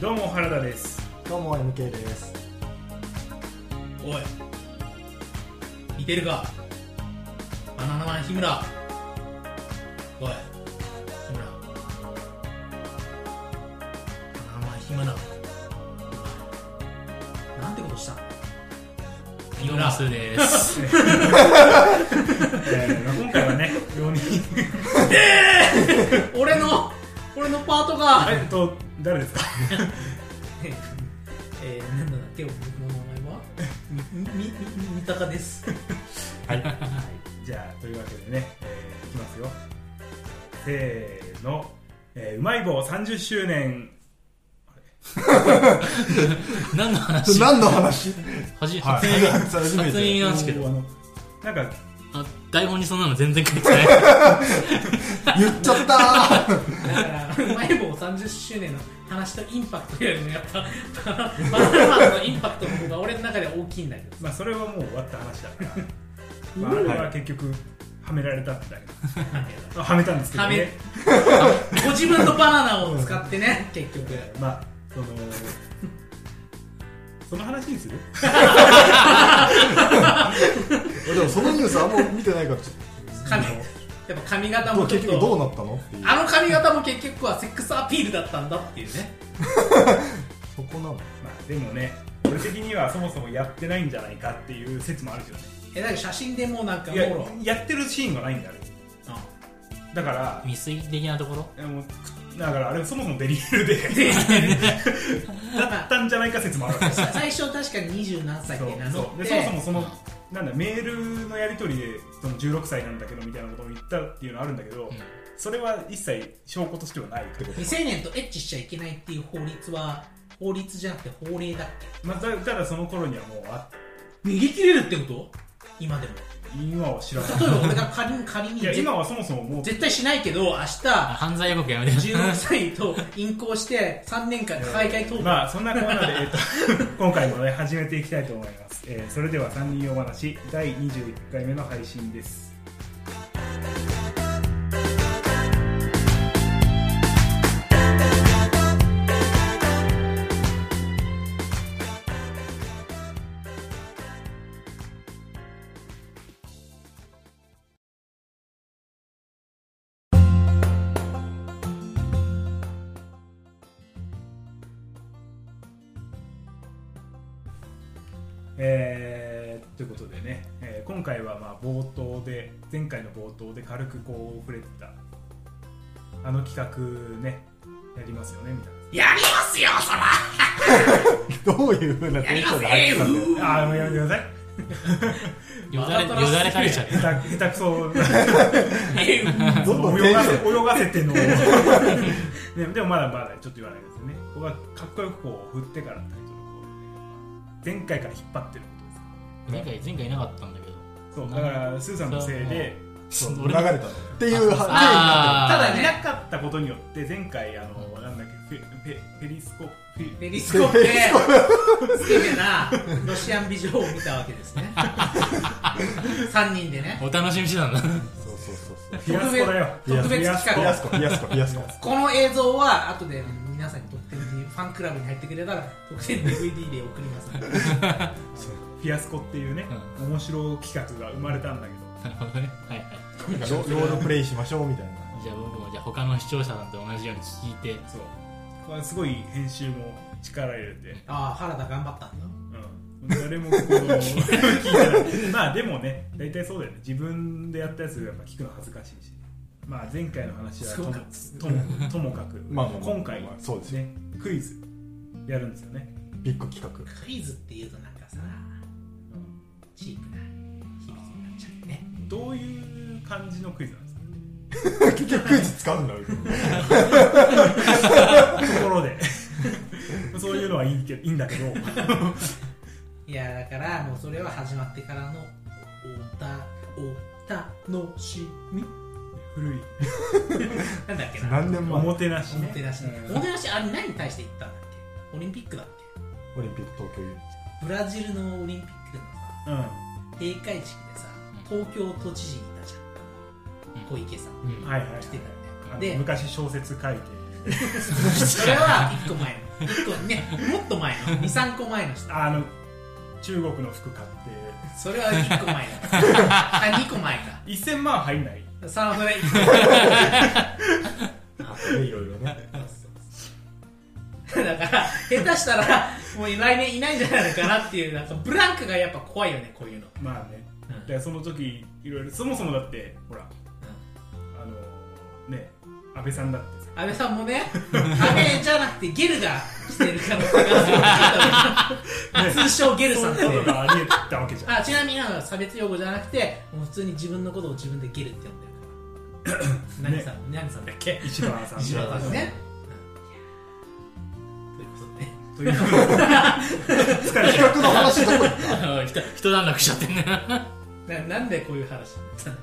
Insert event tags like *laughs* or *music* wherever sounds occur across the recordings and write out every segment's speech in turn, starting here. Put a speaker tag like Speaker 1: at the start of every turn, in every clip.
Speaker 1: どうも原田です
Speaker 2: どうも MK です
Speaker 3: おい似てるかバナナマン日村おい日村バナナマン暇だお前なんてことしたの日村
Speaker 4: スです。
Speaker 1: えー今回はね4人
Speaker 3: *laughs* 俺の俺のパートが、
Speaker 1: えっと誰ですか
Speaker 3: えー、なんだっけ僕の名前はみみみみ三鷹です
Speaker 1: じゃあというわけでね、えーいきますよせーの、えーうまい棒30周年
Speaker 4: 何の話
Speaker 2: 何の話
Speaker 4: はじ、
Speaker 2: は
Speaker 4: 初
Speaker 2: い
Speaker 4: 耳、
Speaker 2: 初めて
Speaker 4: 初耳なんですけ
Speaker 1: あ
Speaker 4: ど。
Speaker 1: のなんか
Speaker 4: あ、台本にそんなの全然書いてない。
Speaker 2: 言っちゃったー
Speaker 3: だからうまい棒30周年の話とインパクトよりもやっぱバナナマンのインパクトの方が俺の中で大きいんだけど
Speaker 1: まあそれはもう終わった話だから、まあ、あれは結局はめられたってだけどあはめたんですけど
Speaker 3: は
Speaker 1: ね
Speaker 3: めご自分のバナナを使ってね *laughs* 結局
Speaker 1: まあそのその話にする
Speaker 2: *laughs* でもそのニュースあんま見てないからちょっと
Speaker 3: 髪 *laughs* やっぱ髪型
Speaker 2: ど
Speaker 3: も
Speaker 2: う
Speaker 3: ちょっ
Speaker 2: 結局ど
Speaker 3: と
Speaker 2: うなったのっていう
Speaker 3: あの髪型も結局はセックスアピールだったんだっていうね
Speaker 2: そこなの
Speaker 1: まあでもね俺的にはそもそもやってないんじゃないかっていう説もあるけどね
Speaker 3: えなんか写真でもうなんか
Speaker 1: い
Speaker 3: も
Speaker 1: や
Speaker 3: ろ
Speaker 1: やってるシーンがないんだよだから
Speaker 4: 未遂的なところ
Speaker 1: いやもうくだからあれそもそもデリヘル *laughs* で
Speaker 3: だ
Speaker 1: だったんじゃないか説もある
Speaker 3: さ *laughs* 最初確かに二十何歳って名乗
Speaker 1: そ
Speaker 3: っ
Speaker 1: う
Speaker 3: て
Speaker 1: でそもそもそのなんだメールのやり取りでその16歳なんだけどみたいなことを言ったっていうのはあるんだけど、それは一切証拠としてはないってこ
Speaker 3: 未成年とエッチしちゃいけないっていう法律は法律じゃなくて法令だっけ
Speaker 1: と、まあ、だただその頃にはもうあ
Speaker 3: 逃げ切れるってこと今でも
Speaker 1: 今は知ら
Speaker 3: 例え
Speaker 1: な
Speaker 3: ば俺が仮に仮に
Speaker 1: いいや
Speaker 3: ぜ
Speaker 1: 今はそもそももう
Speaker 3: 絶対しないけど明
Speaker 4: あ
Speaker 3: 日
Speaker 4: 犯罪予告やめて。
Speaker 3: 16歳と淫行して3年間海外逃亡
Speaker 1: まあそんなこんなで、えっと今回もね始めていきたいと思います、えーそれでは三人お話第21回目の配信ですえーということでね、えー今回はまあ冒頭で前回の冒頭で軽くこう触れてたあの企画ねやりますよねみたい
Speaker 3: やりますよそら
Speaker 2: どういうふうなテンションで入ってたんだよ
Speaker 1: なああーもうやめてください
Speaker 4: よだれ、よだれ垂れちゃう。
Speaker 1: 下手下手くそ
Speaker 3: えー
Speaker 2: どんどんテ
Speaker 1: 泳
Speaker 2: ン
Speaker 1: が
Speaker 2: ション
Speaker 1: せ泳がせてのね *laughs* でもまだまだちょっと言わないですよねここはかっこよくこう振ってからタイトルをこう前回から引っ張ってることです
Speaker 4: 前回、前回いなかったんだけど。
Speaker 1: そうだからスーさんのせいで
Speaker 2: そう流れ
Speaker 4: 俺
Speaker 2: た
Speaker 4: の
Speaker 2: のっていうは
Speaker 4: あ
Speaker 1: ただ
Speaker 3: ね
Speaker 1: いなかったことによって前回あの、なんだっけフェフェフェリスコフェ
Speaker 3: ペリスコってスケベなロシアン美女を見たわけですね3人でね
Speaker 4: お楽しみにしてたん *laughs* だ。
Speaker 2: そうそうそうそう
Speaker 1: フィアスコだよ
Speaker 3: 特別
Speaker 1: フィアスコ
Speaker 3: 特
Speaker 2: フィ
Speaker 3: 別
Speaker 2: アスコフィアスコフィアスコ
Speaker 3: この映像は後で皆さんに特典にファンクラブに入ってくれたら特典 DVD で送りますので
Speaker 1: フィアスコっていうね、面白企画が生まれたんだけど
Speaker 4: なるほどね。はいはい。
Speaker 2: なんかロロールプレイしましょうみたいな
Speaker 4: じゃあ僕も、じゃあ他の視聴者さんと同じように聞いて、
Speaker 1: そうこれすごい編集も力入れて、
Speaker 3: ああ原田頑張ったんだ
Speaker 1: うん、誰もこう *laughs* 聞いてないまあでもね大体そうだよね自分でやったやつがやっぱ聞くの恥ずかしいしまあ前回の話はともともともかく、
Speaker 2: まあまあまあ
Speaker 1: 今回
Speaker 2: まあそうですよ
Speaker 1: ねクイズやるんですよね
Speaker 2: ビッグ企画 *laughs*
Speaker 3: クイズっていうとなんかさチープな響きになっちゃってね
Speaker 1: どういう感じのクイズなんですか
Speaker 2: 結局クイズ使うんだろうけどね
Speaker 1: ところで *laughs* そういうのはいいけどいいんだけど
Speaker 3: いやだからもうそれは始まってからのおたお楽しみ
Speaker 1: 古い
Speaker 3: なんだっけな
Speaker 2: 何年
Speaker 1: お
Speaker 2: 前
Speaker 1: もてなし
Speaker 3: お
Speaker 1: ね
Speaker 3: もてなしねおもてなしあれ何に対して言ったんだっけオリンピックだっけ
Speaker 2: オリンピック東京ユニ
Speaker 3: ブラジルのオリンピックでもさ
Speaker 1: うん、うん
Speaker 3: 閉会式でさ東京都知事にいたじゃん、
Speaker 4: うん
Speaker 3: 小池さん
Speaker 4: うん。
Speaker 1: はいはい
Speaker 3: 来てたよね、
Speaker 1: あの
Speaker 3: で
Speaker 1: 昔小説書いて
Speaker 3: それは1個前の一個ねもっと前の23個前の人
Speaker 1: あの中国の服買って
Speaker 3: それは1個前
Speaker 1: *laughs*
Speaker 3: だあ2個前か
Speaker 1: 1000万入んない
Speaker 3: そのぐらい
Speaker 2: ねいろいろね
Speaker 3: *laughs* だから下手したらもう来年いないんじゃないのかなっていうなんかブランクがやっぱ怖いよねこういうの、
Speaker 1: まあね
Speaker 3: うん
Speaker 1: だからその時いろいろそもそもだってほらあのね安倍さんだってさ
Speaker 3: 安倍さんもね安倍じゃなくてゲルがしてる可能性がすごいある通称ゲル
Speaker 1: そ
Speaker 3: さ
Speaker 1: うん
Speaker 3: って
Speaker 1: いうことがありえたわけじ
Speaker 3: *laughs*
Speaker 1: ゃん
Speaker 3: あちなみにあの差別用語じゃなくてもう普通に自分のことを自分でゲルって呼んでるから何さん、何さんだっけ
Speaker 1: 石原さん
Speaker 3: 石
Speaker 4: 原
Speaker 3: 原さんね、うんということ
Speaker 1: と
Speaker 3: でね
Speaker 1: いう
Speaker 3: *laughs*
Speaker 1: ふうに疲れちゃう
Speaker 2: 僕の話どこに
Speaker 4: *laughs* ひと一段落しちゃってんね
Speaker 3: ななんでこういう話になったんだ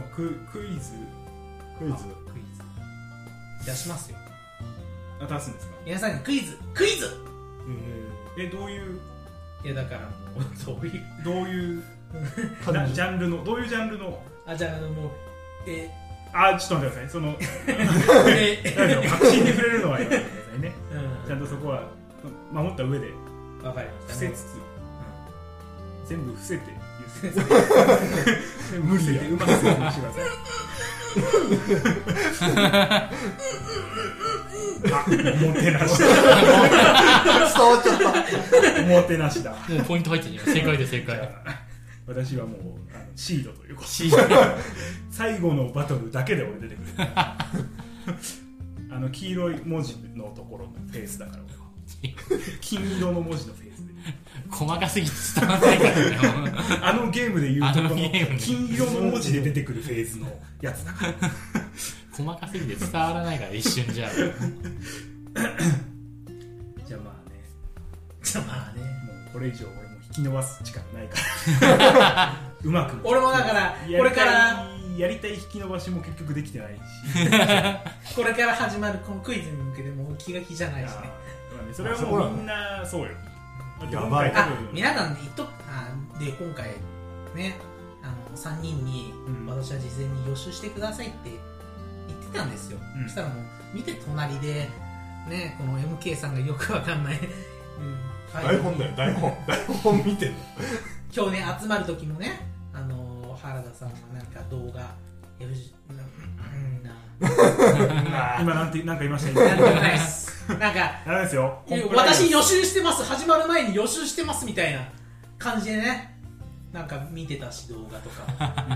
Speaker 1: のククイズ
Speaker 2: *laughs* クイズ
Speaker 3: けクイズ出しますよ
Speaker 1: あ出すんですか
Speaker 3: 皆さんにクイズクイズ
Speaker 1: えどういう
Speaker 3: いやだからもうどういう
Speaker 1: どういうジ
Speaker 2: 感
Speaker 1: ャ
Speaker 2: じ
Speaker 1: ジャンルのどういうジャンルの
Speaker 3: あじゃああのもう
Speaker 1: *laughs*
Speaker 3: え
Speaker 1: あちょっと待ってくださいその
Speaker 3: ーえ
Speaker 1: なんか確信に触れるのはやめてくださいね
Speaker 3: ーうん
Speaker 1: ちゃんとそこは守った上で
Speaker 3: わかりまし
Speaker 1: 伏
Speaker 3: た
Speaker 1: せつつ全部伏せて言ってください *laughs* 無理やうまく説明してくださいあ
Speaker 2: *laughs*
Speaker 1: もてなしだ
Speaker 2: 伝わっちゃった
Speaker 1: もてなしだ
Speaker 4: もうポイント入ってるじゃん正解で正
Speaker 1: じ
Speaker 4: 解
Speaker 1: ゃあ *laughs* 私はもうあのシードということ
Speaker 4: シー
Speaker 1: *laughs* 最後のバトルだけで俺出てくる *laughs* あの黄色い文字のところのフェースだから *laughs* 俺は金色の文字のフェースで
Speaker 4: 細かすぎて伝わんないからねもう
Speaker 1: あのゲームで言うとこ
Speaker 4: あのゲーム
Speaker 1: の
Speaker 4: ね
Speaker 1: 金色の文字で出てくるフェーズのやつだから
Speaker 4: 細かすぎて伝わらないから一瞬 *laughs* じゃ
Speaker 1: じゃあまあね
Speaker 3: じゃあまあね
Speaker 1: もうこれ以上俺も引き伸ばす力ないから
Speaker 3: *laughs*
Speaker 1: うまく
Speaker 3: 俺もだから
Speaker 1: やりたい
Speaker 3: これから
Speaker 1: やりたい引き伸ばしも結局できて
Speaker 3: *laughs*
Speaker 1: ないし
Speaker 3: これから始まるこのクイズに向けてもう気が気じゃないしね
Speaker 1: あーまあねそれはもうみんなそうよ
Speaker 2: やばい
Speaker 1: だ
Speaker 3: あ
Speaker 1: って今回多分
Speaker 3: 皆さんね言っとあで今回ねあの3人に
Speaker 1: うん
Speaker 3: 私は事前に予習してくださいって言ってたんですよ、
Speaker 1: うん
Speaker 3: そしたらもう見て隣でねこの MK さんがよくわかんない、うんファイ
Speaker 2: 台
Speaker 3: ル
Speaker 2: 本だよ台本台本見てんの
Speaker 3: 今日ね集まる時もねあの原田さんがなんか動画 FG うんな
Speaker 1: 今なんてなんか言いました
Speaker 3: なんでも
Speaker 1: 今
Speaker 3: ないっすなんか
Speaker 1: ダメですよ。コンプライアンス
Speaker 3: 私予習してます始まる前に予習してますみたいな感じでねなんか見てたし動画とか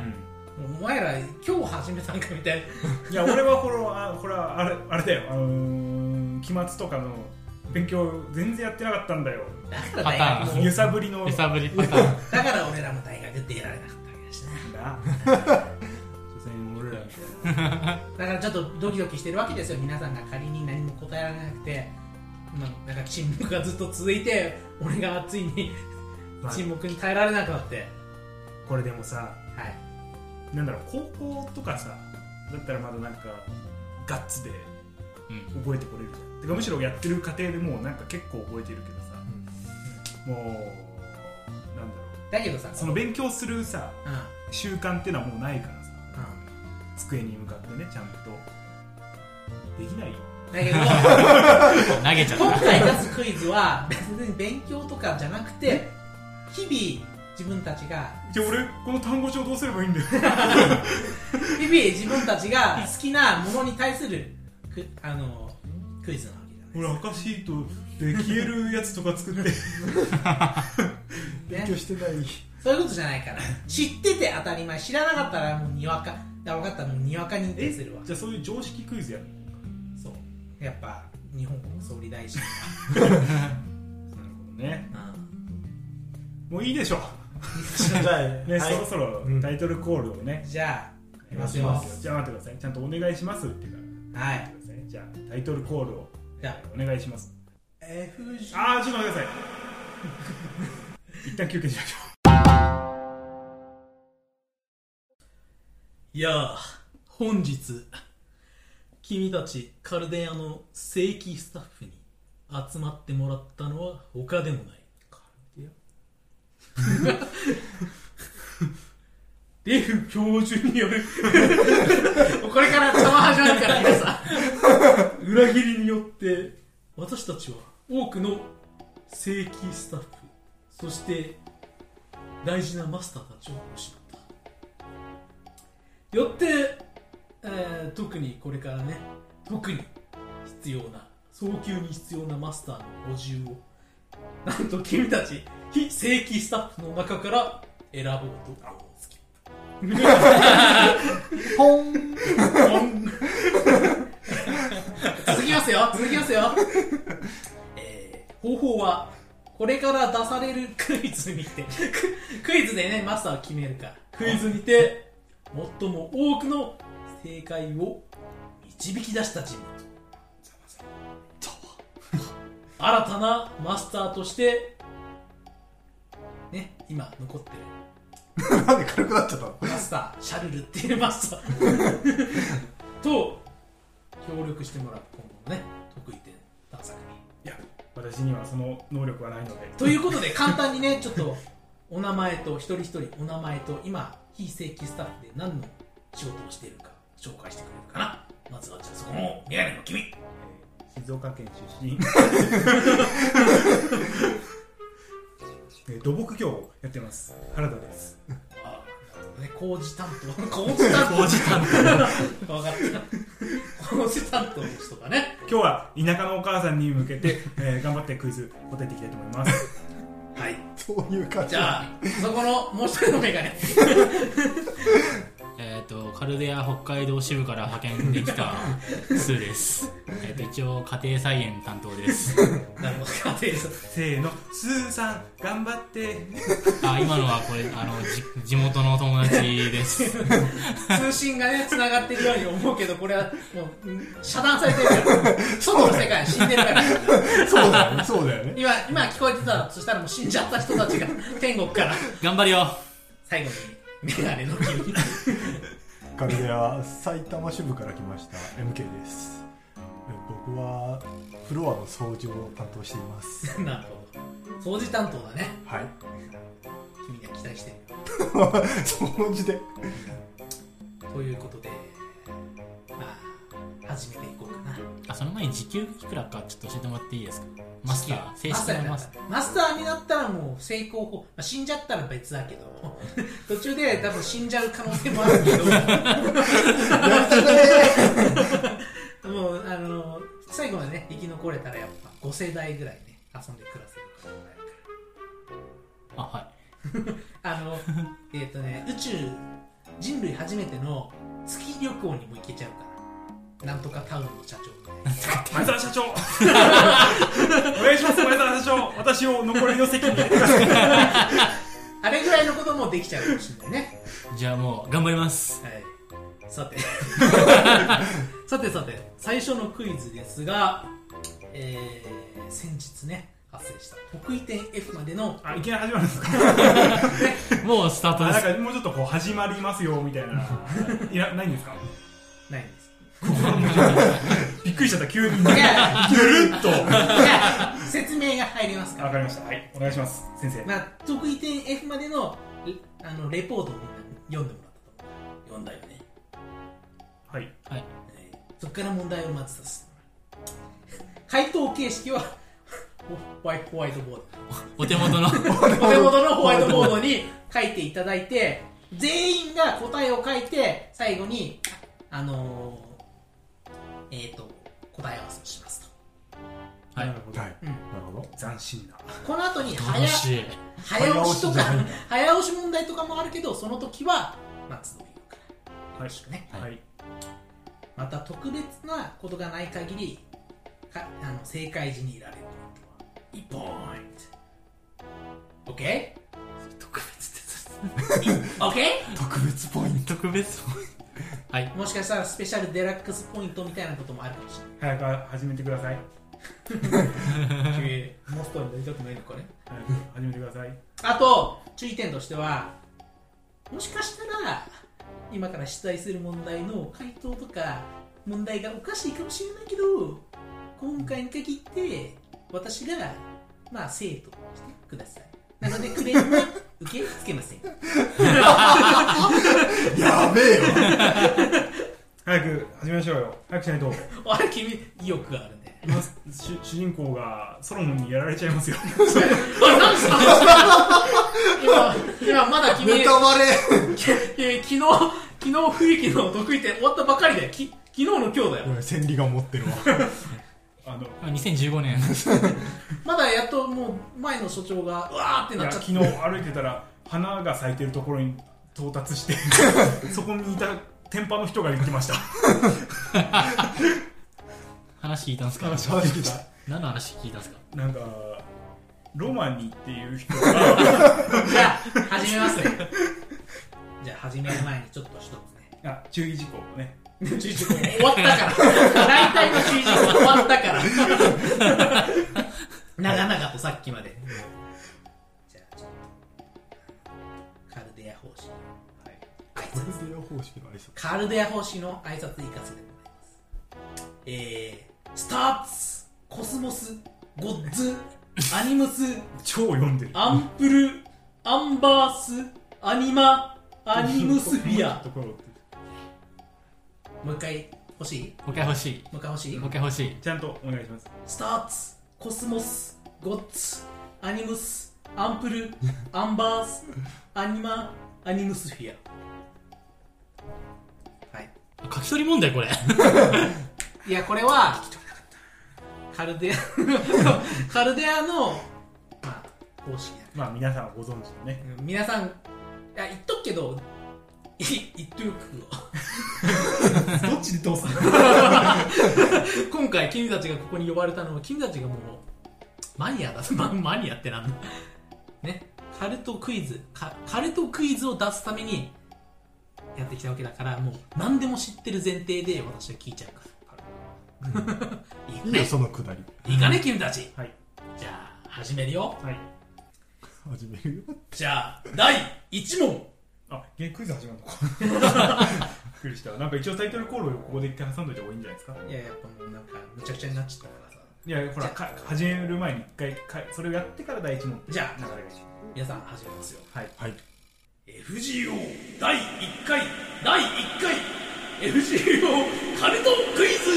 Speaker 1: う
Speaker 3: もうお前ら今日始めたんかみたいなん
Speaker 1: いや、俺はこれは、あこれはあれあれだよ、あのー、期末とかの勉強、全然やってなかったんだよ。
Speaker 3: だから大
Speaker 4: パタ
Speaker 3: 学
Speaker 4: ーン
Speaker 3: も
Speaker 1: 揺さぶりの。
Speaker 4: ん揺
Speaker 1: *laughs* な
Speaker 4: さぶりパターン
Speaker 3: だから俺らも大学出られなかったわけだしな
Speaker 1: 所詮俺らみたい
Speaker 3: だからちょっとドキドキしてるわけですよ皆さんが仮に何も答えられなくてまあなんか沈黙がずっと続いて俺がついに
Speaker 1: なはい
Speaker 3: 沈黙に耐えられなくなって
Speaker 1: これでもさ、
Speaker 3: はい
Speaker 1: なんだろう、高校とかさ、だったらまだなんか、ガッツで
Speaker 4: うん
Speaker 1: 覚えてこれるじゃん。てか、むしろやってる過程でもうなんか結構覚えてるけどさ、もう、なんだろう、
Speaker 3: だけどさ
Speaker 1: その勉強するさ、
Speaker 3: うんうん
Speaker 1: 習慣ってのはもうないからさ。机に向かってねちゃんとできないよ
Speaker 3: だ
Speaker 1: *laughs*
Speaker 3: けど
Speaker 4: 投げちゃっ
Speaker 3: 今
Speaker 4: た
Speaker 3: 回出すクイズは別に勉強とかじゃなくて日々自分たちが
Speaker 1: じゃあ俺この単語帳どうすればいいんだよ
Speaker 3: 日々自分たちが好きなものに対するクあのクイズなわけじゃない
Speaker 1: *laughs* 俺赤シートで消えるやつとか作って *laughs*
Speaker 3: で
Speaker 2: 勉
Speaker 3: す
Speaker 2: 強して
Speaker 3: ね
Speaker 2: ない
Speaker 3: そういうことじゃないから知ってて当たり前知らなかったらもうにわかだから分かったらもうにわか認定するわ
Speaker 1: じゃあそういう常識クイズやる
Speaker 3: そうやっぱ日本国総理大臣
Speaker 1: なるほどね
Speaker 3: あ
Speaker 1: もういいでしょ
Speaker 2: じゃ
Speaker 1: ね、そろそろ
Speaker 2: うん
Speaker 1: タイトルコールをね、
Speaker 3: じゃあいきます
Speaker 1: お
Speaker 3: よ
Speaker 1: 願いしまじゃあ待ってくださいちゃんとお願いしますって言うから
Speaker 3: はい
Speaker 1: 待ってくださいじゃあタイトルコールを
Speaker 3: じゃ
Speaker 1: お願いします
Speaker 3: あ FG
Speaker 1: あーちょっと待ってください一旦休憩しましょ
Speaker 3: いやあ、本日、君たちカルデアの正規スタッフに集まってもらったのは他でもない。カルデアレフ教授によるこれから茶は始まるから皆さん裏切りによって私たちは多くの正規スタッフそして大事なマスターたちを失ったよって、えー特にこれからね特に必要な早急に必要なマスターの補充をなんと君たち非正規スタッフの中から選ぼうと思うつき
Speaker 2: ポン
Speaker 3: 続きますよ続きますよ、えー方法はこれから出されるクイズにてククイズでねマスターを決めるからクイズにて最も多くの正解を導き出した人物新たなマスターとしてね今残ってる
Speaker 2: なんで軽くなっちゃったの
Speaker 3: マスターシャルルっていうマスターと協力してもらう今後のね得意点探索に
Speaker 1: いや私にはその能力はないので
Speaker 3: ということで簡単にねちょっとお名前と一人一人お名前と今非正規スタッフで何の仕事をしているか紹介してくれるかなまずはじゃあそこのメガネの君
Speaker 1: えー静岡県出身えー土木業をやってます原田です
Speaker 3: あなるほどね工事担 *laughs* 当工事担当
Speaker 4: 工事担
Speaker 3: 当分かった工事担当の人がね
Speaker 1: 今日は田舎のお母さんに向けて、えー頑張ってクイズ答えていきたいと思います
Speaker 3: はい
Speaker 2: そういう感じ
Speaker 3: じゃあそこのもう一人のメガネ
Speaker 4: えっ、とカルデア北海道支部から派遣できたスー
Speaker 2: *laughs*
Speaker 4: ですえっ、と一応家庭菜園担当です
Speaker 3: なるほど家庭さん
Speaker 1: せーのスーさん頑張って
Speaker 4: あ今のはこれあのじ地元の友達です
Speaker 2: *laughs*
Speaker 3: *laughs* 通信がね、つながってるように思うけど、これはもう、うん遮断されてる *laughs* から、外の世界、死んでるから、
Speaker 2: そうだよねそうだよね
Speaker 3: 今、今聞こえてたら、そしたらもう死んじゃった人たちが、天国から、
Speaker 4: 頑張るよ
Speaker 3: 最後に、メガネの君。
Speaker 2: カルデア埼玉支部から来ました MK ですえ僕はフロアの掃除を担当しています
Speaker 3: なるほど。掃除担当だね、
Speaker 2: はい
Speaker 3: 君が期待してる。
Speaker 2: その字で
Speaker 3: ということで、まあ、始めていこうかな。
Speaker 4: あその前に時給いくらかちょっと教えてもらっていいですかマスター正式なマ
Speaker 3: マ
Speaker 4: ス
Speaker 3: ス
Speaker 4: タ
Speaker 3: ターマスターになったらもう成功法、まあ、死んじゃったら別だけど *laughs* 途中で多分死んじゃう可能性もあるけど *laughs* もうあの最後までね生き残れたらやっぱ5世代ぐらいね遊んで暮らせることになる
Speaker 4: ーあは
Speaker 3: からあのえっとね宇宙人類初めての月旅行にも行けちゃうからなんとかタウンの社長とかね
Speaker 1: 前澤
Speaker 4: *laughs*
Speaker 1: 社長お願いします前澤社長私を残りの席に
Speaker 3: あれぐらいのこともできちゃうかもしれないね
Speaker 4: いじゃあもう頑張ります
Speaker 3: はい、さ
Speaker 1: *laughs*
Speaker 3: てさてさて最初のクイズですが、えー先日ね発生した得意点 F までの
Speaker 1: あいきなり始まるんですか
Speaker 4: もうスタート
Speaker 1: あ
Speaker 4: で
Speaker 1: な
Speaker 4: す
Speaker 1: んかもうちょっとこう始まりますよみたい
Speaker 4: *laughs*
Speaker 1: ないやないんですか
Speaker 3: ないんです
Speaker 1: びっくりしちゃった
Speaker 4: *laughs*
Speaker 1: 急に
Speaker 3: いや
Speaker 1: *laughs* ぬるっと
Speaker 3: いや説明が入りますから、
Speaker 1: わかりましたはいお願いします先生
Speaker 3: まあ、得意点 F までのレあのレポートをみんな読んでもらったと思う読んだよね
Speaker 1: はい
Speaker 3: えーそこから問題をまず出す回答形式はホワイホワイトボード
Speaker 4: お手
Speaker 2: *laughs*
Speaker 4: 元の
Speaker 3: お手元のホワイトボードに書いていただいて、全員が答えを書いて、最後に、あのー、えっ、と、答え合わせをしますと。
Speaker 4: はい
Speaker 1: なるほど、
Speaker 2: はい、
Speaker 3: うん
Speaker 2: なるほど
Speaker 1: 斬新な
Speaker 3: この後に
Speaker 4: 楽
Speaker 3: 早、
Speaker 4: しい
Speaker 3: 早押しと
Speaker 2: 早押しじ
Speaker 3: か
Speaker 2: ゃないんだ、
Speaker 3: 早押し問題とかもあるけど、その時は、松戸優から、よろしくね。
Speaker 4: はい
Speaker 1: はい
Speaker 3: また、特別なことがない限り、かあの正解時にいられるポイントは、1ポイン
Speaker 4: 特別
Speaker 3: ト。OK? OK?
Speaker 2: 特別ポイント
Speaker 4: 特別はい
Speaker 3: もしかしたらスペシャルデラックスポイントみたいなこともあるかもし
Speaker 1: 早く始めてください
Speaker 3: れない君モストになりたくないのかね
Speaker 1: 早く始めてください
Speaker 3: あと注意点としてはもしかしたら今から出題する問題の回答とか問題がおかしいかもしれないけど今回に限って私がまあ生徒としてくださいなのでクレームは受け付け
Speaker 2: *laughs*
Speaker 3: ません
Speaker 2: やべえよ
Speaker 1: 早く始めましょうよ早く早くしないと
Speaker 3: あれ君意欲があるね
Speaker 1: 今主主人公がソロモンにやられちゃいますよ *laughs*
Speaker 4: あなんすか今今まだ君
Speaker 2: ネタバレ
Speaker 3: えー昨日昨日冬季の得意点終わったばかりだよき昨日の今日だよ
Speaker 2: ごめん千里が持ってるわ
Speaker 1: あの
Speaker 4: あ2015年
Speaker 3: まだやっともう前の所長がうわーって
Speaker 1: い
Speaker 3: な
Speaker 1: や
Speaker 3: っちゃっ
Speaker 1: 昨
Speaker 3: て
Speaker 1: 日歩いてたら花が咲いてるところに到達
Speaker 3: *laughs*
Speaker 1: してそこにいた天パの人が言ってました
Speaker 4: 話聞いたんすか
Speaker 2: *laughs* 話聞いた
Speaker 4: 何の話聞いたんすか
Speaker 1: なんかロマニっていう人が
Speaker 3: *laughs* じゃあ始めますねじゃあ始める前にちょっと一つね
Speaker 1: あ注意事項をね
Speaker 3: 注意事項終わったから大体の注意事項終わったから長々とさっきまでじゃあちょっとカルデア方式の挨
Speaker 2: こ
Speaker 3: 拶
Speaker 2: れで方式の挨拶
Speaker 3: カルデア方式の挨拶いかせてもらいますえー、スターツコスモスゴッズアニムス
Speaker 1: 超読んでる
Speaker 3: アンプルアンバースアニマアニムスフィア
Speaker 1: ところって
Speaker 3: *laughs* もう一回欲しい
Speaker 4: もう一回欲しい
Speaker 3: もう一回欲しい
Speaker 4: もう一回欲しい
Speaker 1: ちゃんとお願いします
Speaker 3: スターツ、コスモス、ゴッツ、アニムス、アンプ *laughs* ル、アンバース、アニマ、アニムスフィア。はい。
Speaker 4: 書き取り問題これ
Speaker 3: いや、これは、カルデア、カルデアの、まあ、方式だ。
Speaker 1: まあ皆さんはご存知の
Speaker 3: *laughs*
Speaker 1: ね
Speaker 3: 皆さん、いや、言っとくけど、い言っとく
Speaker 1: どっちで通すの
Speaker 3: よ。今回、君たちがここに呼ばれたのは、君たちがもう、マニアだ。まマニアってなんだね、カルトクイズカ、カルトクイズを出すためにやってきたわけだから、もう何でも知ってる前提で私は聞いちゃうから。いいか
Speaker 2: いいよ
Speaker 3: ね
Speaker 2: そのくだり
Speaker 3: いいかね、君たち。
Speaker 1: はい
Speaker 3: じゃあ、始めるよ。
Speaker 1: はい
Speaker 2: 始めるよ
Speaker 3: じゃあ、第1問。
Speaker 1: あゲクイズ始まるのか
Speaker 3: *laughs*
Speaker 1: びっくりしたなんか一応タイトルコールをここで一回挟んどいた方がいいんじゃないですか
Speaker 3: いや、やっぱもうなんか、むちゃくちゃになっちゃったからさ。
Speaker 1: いやほらか始める前に一回かそれをやってから第一問
Speaker 3: じゃ
Speaker 1: 流
Speaker 3: あ、
Speaker 1: れがいい
Speaker 3: 皆さん始めますよ。
Speaker 1: はい
Speaker 2: はい
Speaker 3: FGO 第1回、第1回、FGO カルトクイズ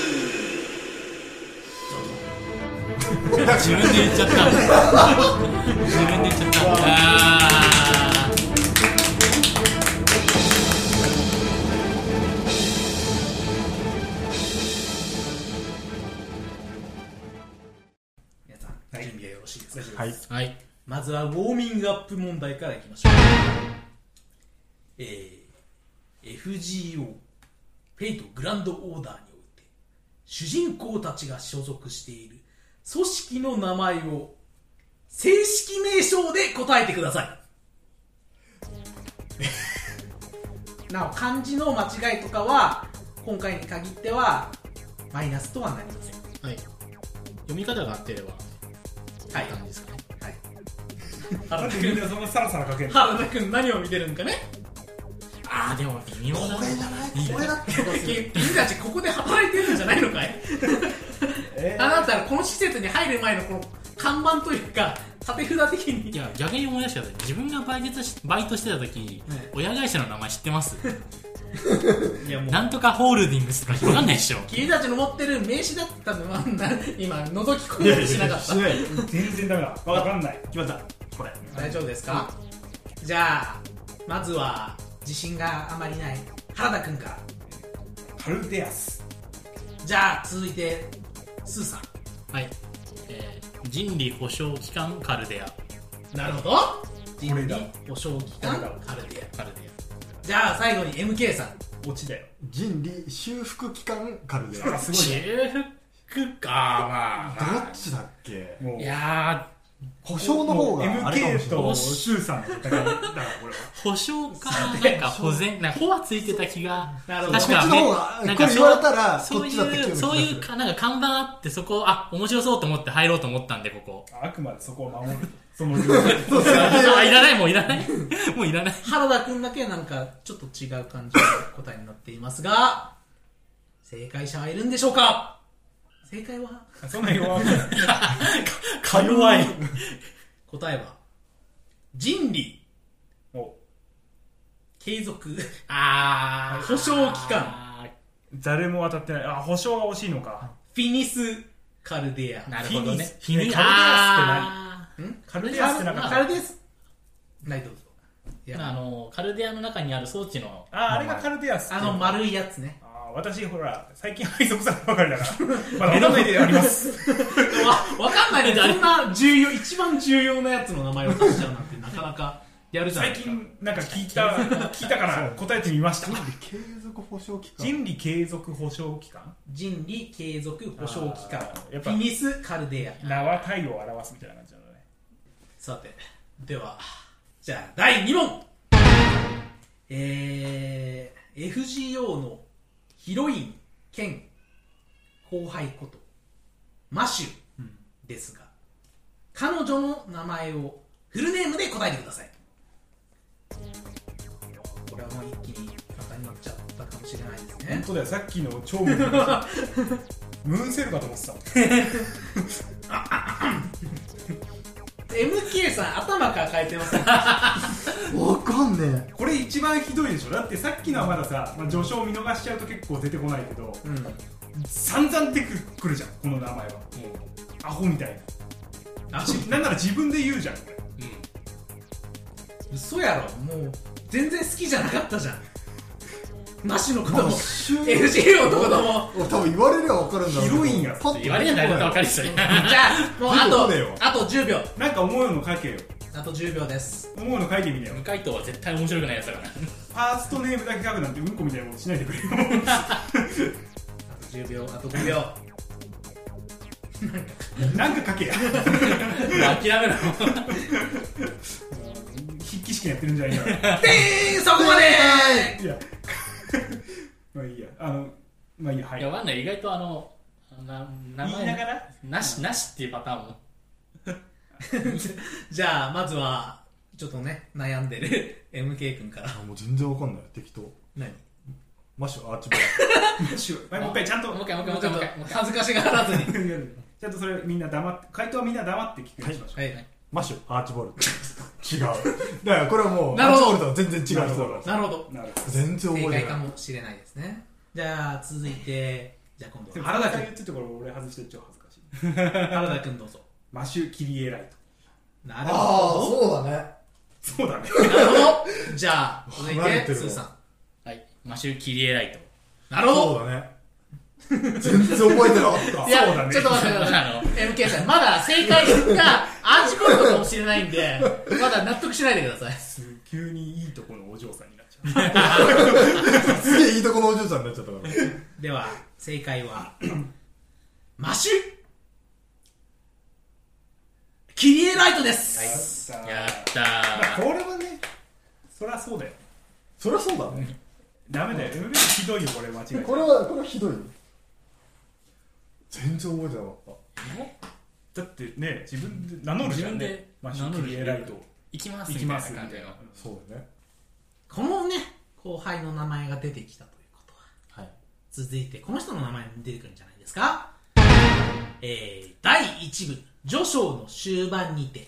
Speaker 4: 自分で言っちゃった自分で言っちゃったあー
Speaker 3: 皆さん、準備はよろしいですか
Speaker 2: はい
Speaker 4: はい
Speaker 3: まずはウォーミングアップ問題からいきましょう。えー、FGO、フェイトグランドオーダーにおいて、主人公たちが所属している組織の名前を正式名称で答えてください。 *laughs* なお、漢字の間違いとかは、今回に限っては、マイナスとはなりません。
Speaker 4: はい読み方が合ってれば
Speaker 3: はい。
Speaker 4: 感じですかね
Speaker 3: はい。
Speaker 1: *laughs* なんでみんなそんなサラサラかけるの
Speaker 3: *laughs* 原田君何を見てるんかね
Speaker 4: ああでも微妙だな
Speaker 2: これだって
Speaker 3: 君たちここで働いてるんじゃないのかい
Speaker 1: えー
Speaker 3: あなたこの施設に入る前のこの看板というか縦札的
Speaker 4: い
Speaker 3: に
Speaker 4: や逆に思い出したけど自分がバイトしバイトしてた時、
Speaker 3: はい
Speaker 4: 親会社の名前知って *laughs* ます
Speaker 3: いやも
Speaker 4: なんとかホールディングスとか分かんないでしょ
Speaker 3: 君たちの持ってる名刺だって多分あんな今覗き込みもしなかった
Speaker 2: ない
Speaker 1: 全然ダメだわかんない決まったこれ
Speaker 3: 大丈夫ですか、じゃあまずは自信があまりない原田君から
Speaker 1: カルデアス
Speaker 3: じゃあ続いてスーさ
Speaker 4: はい、えー人理保障機関カルデア
Speaker 3: んなるほど人
Speaker 1: 俺
Speaker 3: 理
Speaker 1: だ
Speaker 3: 保障機関
Speaker 1: 俺だ
Speaker 3: カルデ
Speaker 4: カルデ
Speaker 3: アじゃあ最後に MK さん
Speaker 1: オチだよ
Speaker 2: 人理修復機関カルデア
Speaker 1: あ
Speaker 2: どっ
Speaker 1: す
Speaker 4: ア
Speaker 1: ごいね
Speaker 4: 修復かま
Speaker 2: ちだっけ
Speaker 1: もう
Speaker 4: いや
Speaker 2: 保証の方があれか
Speaker 1: MK
Speaker 2: もしれない
Speaker 1: とシュウさんの戦いだからこれは
Speaker 4: ー保障か
Speaker 3: そう
Speaker 4: なんか保全なんか保はついてた気が
Speaker 3: なるほど
Speaker 4: 確
Speaker 2: こっ
Speaker 4: か
Speaker 2: ちの方が
Speaker 4: なん
Speaker 2: こ
Speaker 4: か
Speaker 2: れ言われたら
Speaker 4: そう
Speaker 2: こっ
Speaker 4: い
Speaker 2: ちだって
Speaker 4: うそういうかなんか看板あってそこあ面白そうと思って入ろうと思ったんでここ
Speaker 1: あくまでそこを守るその領域
Speaker 2: そうそう
Speaker 4: あ *laughs* いらないもういらない *laughs* もういらない
Speaker 3: 原田君だけなんかちょっと違う感じの答えになっていますが正解者はいるんでしょうか正解は
Speaker 1: そんな弱み
Speaker 4: か弱い
Speaker 3: 答えは人理
Speaker 1: お
Speaker 3: 継続
Speaker 4: あー
Speaker 3: 保証機関
Speaker 4: あ
Speaker 1: 誰も当たってないあ保証が欲しいのか
Speaker 3: フィニスカルデア
Speaker 4: なるほどね。
Speaker 1: フィニスカル
Speaker 4: ね
Speaker 1: デア
Speaker 4: あ
Speaker 3: ん
Speaker 1: カルデアスってなんか
Speaker 3: カルデアスないどうぞい
Speaker 4: ー
Speaker 3: や
Speaker 4: あの、カルデアの中にある装置 *laughs* の、
Speaker 1: ああれがカルデアス
Speaker 3: あの丸いやつね
Speaker 1: あー私ほら最近配属されたばかりだからまだ目の前であります
Speaker 3: わわかんないねそんな重要一番重要なやつの名前を出しちゃうなんてなかなかやるじゃない
Speaker 1: 最
Speaker 3: ですか
Speaker 1: 近なんか聞いた聞いたから答えてみました
Speaker 2: 継続保証期間
Speaker 1: 人理継続保証機関
Speaker 3: 人理継続保証機関
Speaker 1: あーやっ
Speaker 3: フ
Speaker 1: ぱ
Speaker 3: ィニスカルデア
Speaker 1: 名は体を表すみたいな感じなのね
Speaker 3: さてではじゃあ第2問えー、FGO のヒロイン兼後輩ことマシュですが、彼女の名前をフルネームで答えてくださいこれはもう一気に簡単に負けちゃったかもしれないです
Speaker 1: 本
Speaker 3: ね
Speaker 1: 当だよさっきの超無理ムーンセルかと思ってた
Speaker 3: MK さん頭抱えてますね
Speaker 2: わかんねえ
Speaker 1: これ一番ひどいでしょだってさっきのはまださ、まあ、序章見逃しちゃうと結構出てこないけど
Speaker 3: うん
Speaker 1: 散々出てくるじゃんこの名前はアホみたいな
Speaker 3: あ
Speaker 1: しなんなら自分で言うじゃんこれ
Speaker 3: 嘘やろもう全然好きじゃなかったじゃん *laughs* なしのこと
Speaker 2: マ
Speaker 3: も
Speaker 2: ッシ
Speaker 3: *laughs*
Speaker 2: ュ
Speaker 3: FGO のことも
Speaker 2: 俺多分言われりゃわかるんだろうけど
Speaker 1: ヒロインが
Speaker 2: パッと
Speaker 4: 言われりゃ誰だってわかる人いな
Speaker 3: *laughs*
Speaker 4: い
Speaker 3: じゃあもうあ
Speaker 2: ど
Speaker 3: と
Speaker 2: うだよ
Speaker 3: あと10秒
Speaker 1: なんか思うの書けよ
Speaker 3: あと10秒です
Speaker 1: 思うの書いてみなよ
Speaker 4: 無回答は絶対面白くないやつだから。
Speaker 1: ファーストネームだけ書くなんてうんこみたいなことしないでくれよ *laughs*
Speaker 3: あと10秒あと5秒 *laughs*
Speaker 1: なんか書けや
Speaker 4: 諦めろ。
Speaker 1: 筆記試験やってるんじゃないか
Speaker 3: でーんそこまで
Speaker 1: いやまあいいやあのまあいいやはい
Speaker 4: いや、わかんない。意外とあの、な名
Speaker 1: 言いなが
Speaker 4: 前、
Speaker 1: ら
Speaker 4: なし、なしっていうパターンも。
Speaker 3: じゃあまずはちょっとね悩んでる *laughs* MK 君から
Speaker 2: あもう全然わかんない適当
Speaker 3: 何
Speaker 2: マッシュあちょっ
Speaker 1: はいもう一回ちゃんと *laughs*
Speaker 4: もう一回、もう
Speaker 3: もう
Speaker 4: 一
Speaker 3: ちょ
Speaker 4: 回、
Speaker 3: っと
Speaker 4: もう一回、もう一回。
Speaker 3: 恥ずかしがら
Speaker 4: *laughs*
Speaker 3: ずに
Speaker 1: ちゃんとそれみんな黙って回答はみんな黙って聞くようにしましょう、
Speaker 3: はい
Speaker 2: マッシュアーチボルト違うだからこれはもう
Speaker 3: なるほど
Speaker 2: アーチボルトは全然違
Speaker 1: なる
Speaker 2: う人だか
Speaker 1: ほ
Speaker 2: ら
Speaker 3: なるほど
Speaker 1: なるほ
Speaker 2: 全然
Speaker 3: 正
Speaker 2: 覚え
Speaker 3: 解
Speaker 2: て
Speaker 3: か
Speaker 2: ない
Speaker 3: もしれないですねじゃあ続いてじゃあ今
Speaker 1: ど
Speaker 3: 度は原
Speaker 1: 絶
Speaker 3: 田
Speaker 1: 対
Speaker 3: *laughs* 君
Speaker 1: 言ってところ俺外して超恥ずかしい
Speaker 3: 原田君どうぞ
Speaker 1: マシュ・キリエライト
Speaker 3: なる
Speaker 2: ああ
Speaker 3: ほど
Speaker 2: そうだね
Speaker 1: そうだね
Speaker 3: なるほどじゃあ続い
Speaker 2: 離れて
Speaker 3: て
Speaker 2: る
Speaker 3: スーさん
Speaker 4: はい。マシュー・キリエライト。
Speaker 3: なるほど
Speaker 2: そうだね全然覚えてなかった
Speaker 4: いや、
Speaker 1: そうだね
Speaker 4: ちょっと待ってください。あの MK さん、まだ正解がアーチコルトかもしれないんで、まだ納得しないでください。
Speaker 1: *laughs* す急にいいとこのお嬢さんになっちゃう
Speaker 2: すげえいいとこのお嬢さんになっちゃったから
Speaker 3: では正解はマシュキリエライトです、
Speaker 1: さあ
Speaker 4: やった
Speaker 1: まあ
Speaker 4: ー。
Speaker 1: これはねそりゃそうだよ
Speaker 2: そりゃそうだね
Speaker 1: ダメだよ MV ひどいよこれ間違え
Speaker 2: これはこれはひどいよ全然覚えてなかっ
Speaker 1: *laughs*
Speaker 2: た
Speaker 1: だってね自分で名乗るじゃん
Speaker 4: 自分で
Speaker 1: ねマシュ・キリエライト
Speaker 4: 行きま
Speaker 1: 行
Speaker 4: すみた
Speaker 1: き
Speaker 4: いな
Speaker 1: ます
Speaker 4: 感じの。
Speaker 2: そうだね
Speaker 3: このね後輩の名前が出てきたということは
Speaker 4: はい。
Speaker 3: 続いてこの人の名前も出てくるんじゃないですかえー、第1部序章の終盤にて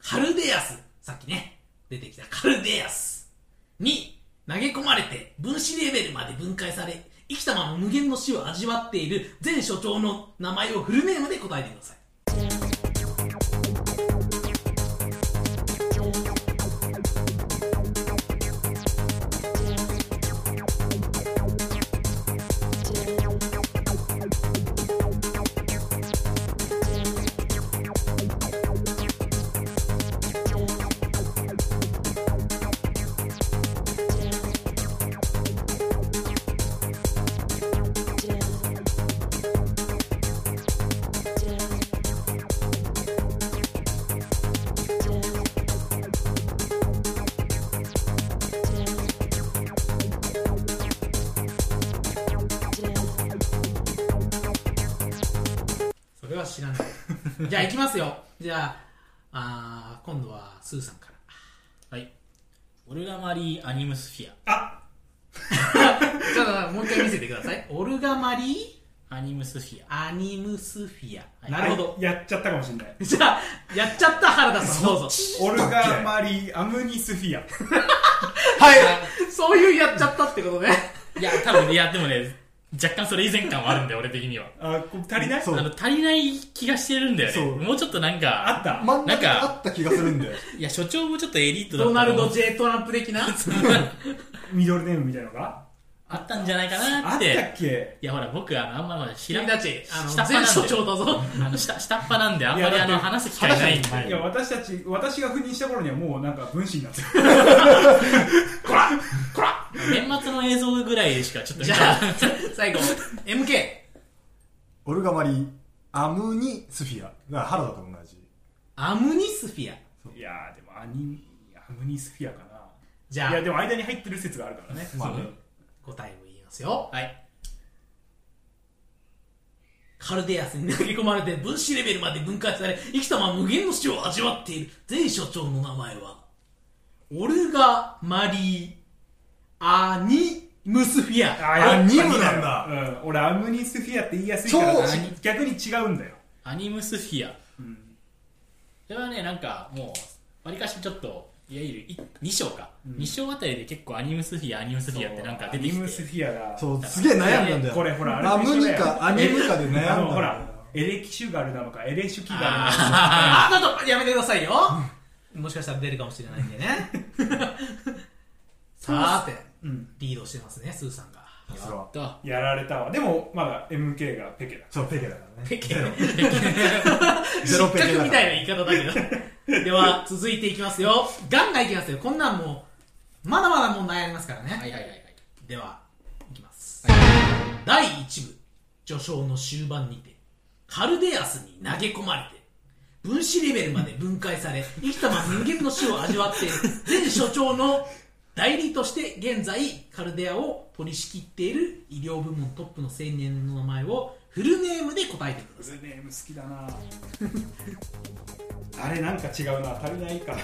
Speaker 3: カルデアスさっきね出てきたカルデアスに投げ込まれて分子レベルまで分解され生きたまま無限の死を味わっている前所長の名前をフルネームで答えてくださいそれは知らないじゃあいきますよじゃああー今度はスーさんから
Speaker 4: はい。オルガマリー・アニムスフィ
Speaker 3: ちょっと待ってもう一回見せてくださいオルガマリー
Speaker 4: ア。アニムスフィア。
Speaker 3: アニムスフィア。
Speaker 4: い
Speaker 3: なるほど。
Speaker 1: はいやっちゃったかもしれない
Speaker 3: じゃあ、やっちゃった原田さん、どうぞ。
Speaker 1: オルガ・マリー・アムニスフィア
Speaker 2: はい
Speaker 3: *laughs* そういうやっちゃったってことね。
Speaker 4: いや、多分ね、いや、でもね、若干それ以前感はあるんだよ、俺的には。
Speaker 1: あこ足りない
Speaker 2: そう
Speaker 4: あの、足りない気がしてるんだ
Speaker 2: そ
Speaker 4: よ
Speaker 2: う
Speaker 4: ね。もうちょっとなん
Speaker 1: あ
Speaker 4: か、
Speaker 1: った
Speaker 2: 真ん中にあった気がするん *laughs* だよ
Speaker 4: いや、所長もちょっとエリートだっ
Speaker 3: ド
Speaker 4: た
Speaker 3: ナ
Speaker 4: ら
Speaker 3: ルド・ J ・トランプ的な
Speaker 1: ミドルネームみたいなのが
Speaker 4: あったんじゃないかな
Speaker 1: あっ
Speaker 4: っ
Speaker 1: た
Speaker 4: て。
Speaker 1: っけ
Speaker 4: いや、ほら、僕、あの、あんままだ知ら
Speaker 3: 君たちあ
Speaker 4: 下
Speaker 3: の
Speaker 4: っ端なん
Speaker 3: 全
Speaker 4: で
Speaker 3: 所 *laughs* 長だぞ
Speaker 4: あの下下っ端なんで、あんま
Speaker 1: い
Speaker 4: り
Speaker 1: や
Speaker 4: あ
Speaker 1: だ
Speaker 4: の
Speaker 1: って
Speaker 4: 話す機会ないんで。
Speaker 1: いや私たち私が赴任した頃にはもうなんか分子になってる
Speaker 3: こらこら
Speaker 4: 年末の映像ぐらいしかちょっと
Speaker 3: じ
Speaker 4: 見
Speaker 3: ゃ
Speaker 4: た
Speaker 3: あ最後 MK
Speaker 2: オルガマリアムニスフィアだから原田と同じ
Speaker 3: アムニスフィア
Speaker 1: いやーでもアニアムニスフィアか
Speaker 3: じ
Speaker 1: な
Speaker 3: ゃ
Speaker 1: い
Speaker 3: あ
Speaker 1: やでも間に入ってる説があるからね
Speaker 2: まあね
Speaker 3: 答えを言いますよ
Speaker 4: はい。
Speaker 3: カルデアスに投げ込まれて分子レベルまで分解され生きたまま無限の死を味わっている前所長の名前はオルガ・マリー・アニムスフィア
Speaker 1: ーやっぱ
Speaker 2: あニム
Speaker 1: よ
Speaker 2: なんだ
Speaker 1: うん、俺アムニスフィアって言いやすいから
Speaker 2: 超
Speaker 1: 逆に違うんだよ
Speaker 4: アニムスフィア。それはね、なんか、もう、わりかしちょっと、いわゆる2章か。
Speaker 1: ん
Speaker 4: 2章あたりで結構アニムスフィア、アニムスフィアってなんか出て
Speaker 1: アニ
Speaker 4: き
Speaker 1: ムス
Speaker 4: て。
Speaker 1: フィアだ
Speaker 2: そうすげえ悩んだんだよ
Speaker 1: これほら
Speaker 2: ア
Speaker 1: あれ
Speaker 2: ム
Speaker 1: と一緒だ
Speaker 2: ニ
Speaker 1: よ
Speaker 2: かアニムかで悩んだんだ
Speaker 1: あの
Speaker 2: よ
Speaker 1: ほらエレキシュガルなのかエレシュキガルなのか
Speaker 4: あ
Speaker 3: あなたやめてくださいよもしかしたら出るかもしれないんでね *laughs* さーて
Speaker 1: うん
Speaker 3: リードしてますねスーさんが
Speaker 2: さすが
Speaker 4: ーと、
Speaker 1: やられたわでもまだ MK がペケだ
Speaker 2: そうペケだからね
Speaker 3: ペケ
Speaker 2: ゼロゼ
Speaker 3: 失
Speaker 2: ロペケだか
Speaker 3: 格
Speaker 2: ら
Speaker 3: みたいな言い方だけどでは続いていきますよガンガンいきますよこんなんもうまだまだ問題ありますからね、
Speaker 4: はいはいはいはい。
Speaker 3: ではいきます、第1部序章の終盤にてカルデアスに投げ込まれて分子レベルまで分解され生きたまま人間の死を味わっている前所長の代理として現在カルデアを取り仕切っている医療部門トップの青年の名前をフルネームで答えてください
Speaker 1: フルネーム好きだなあれなんか違うな足りないか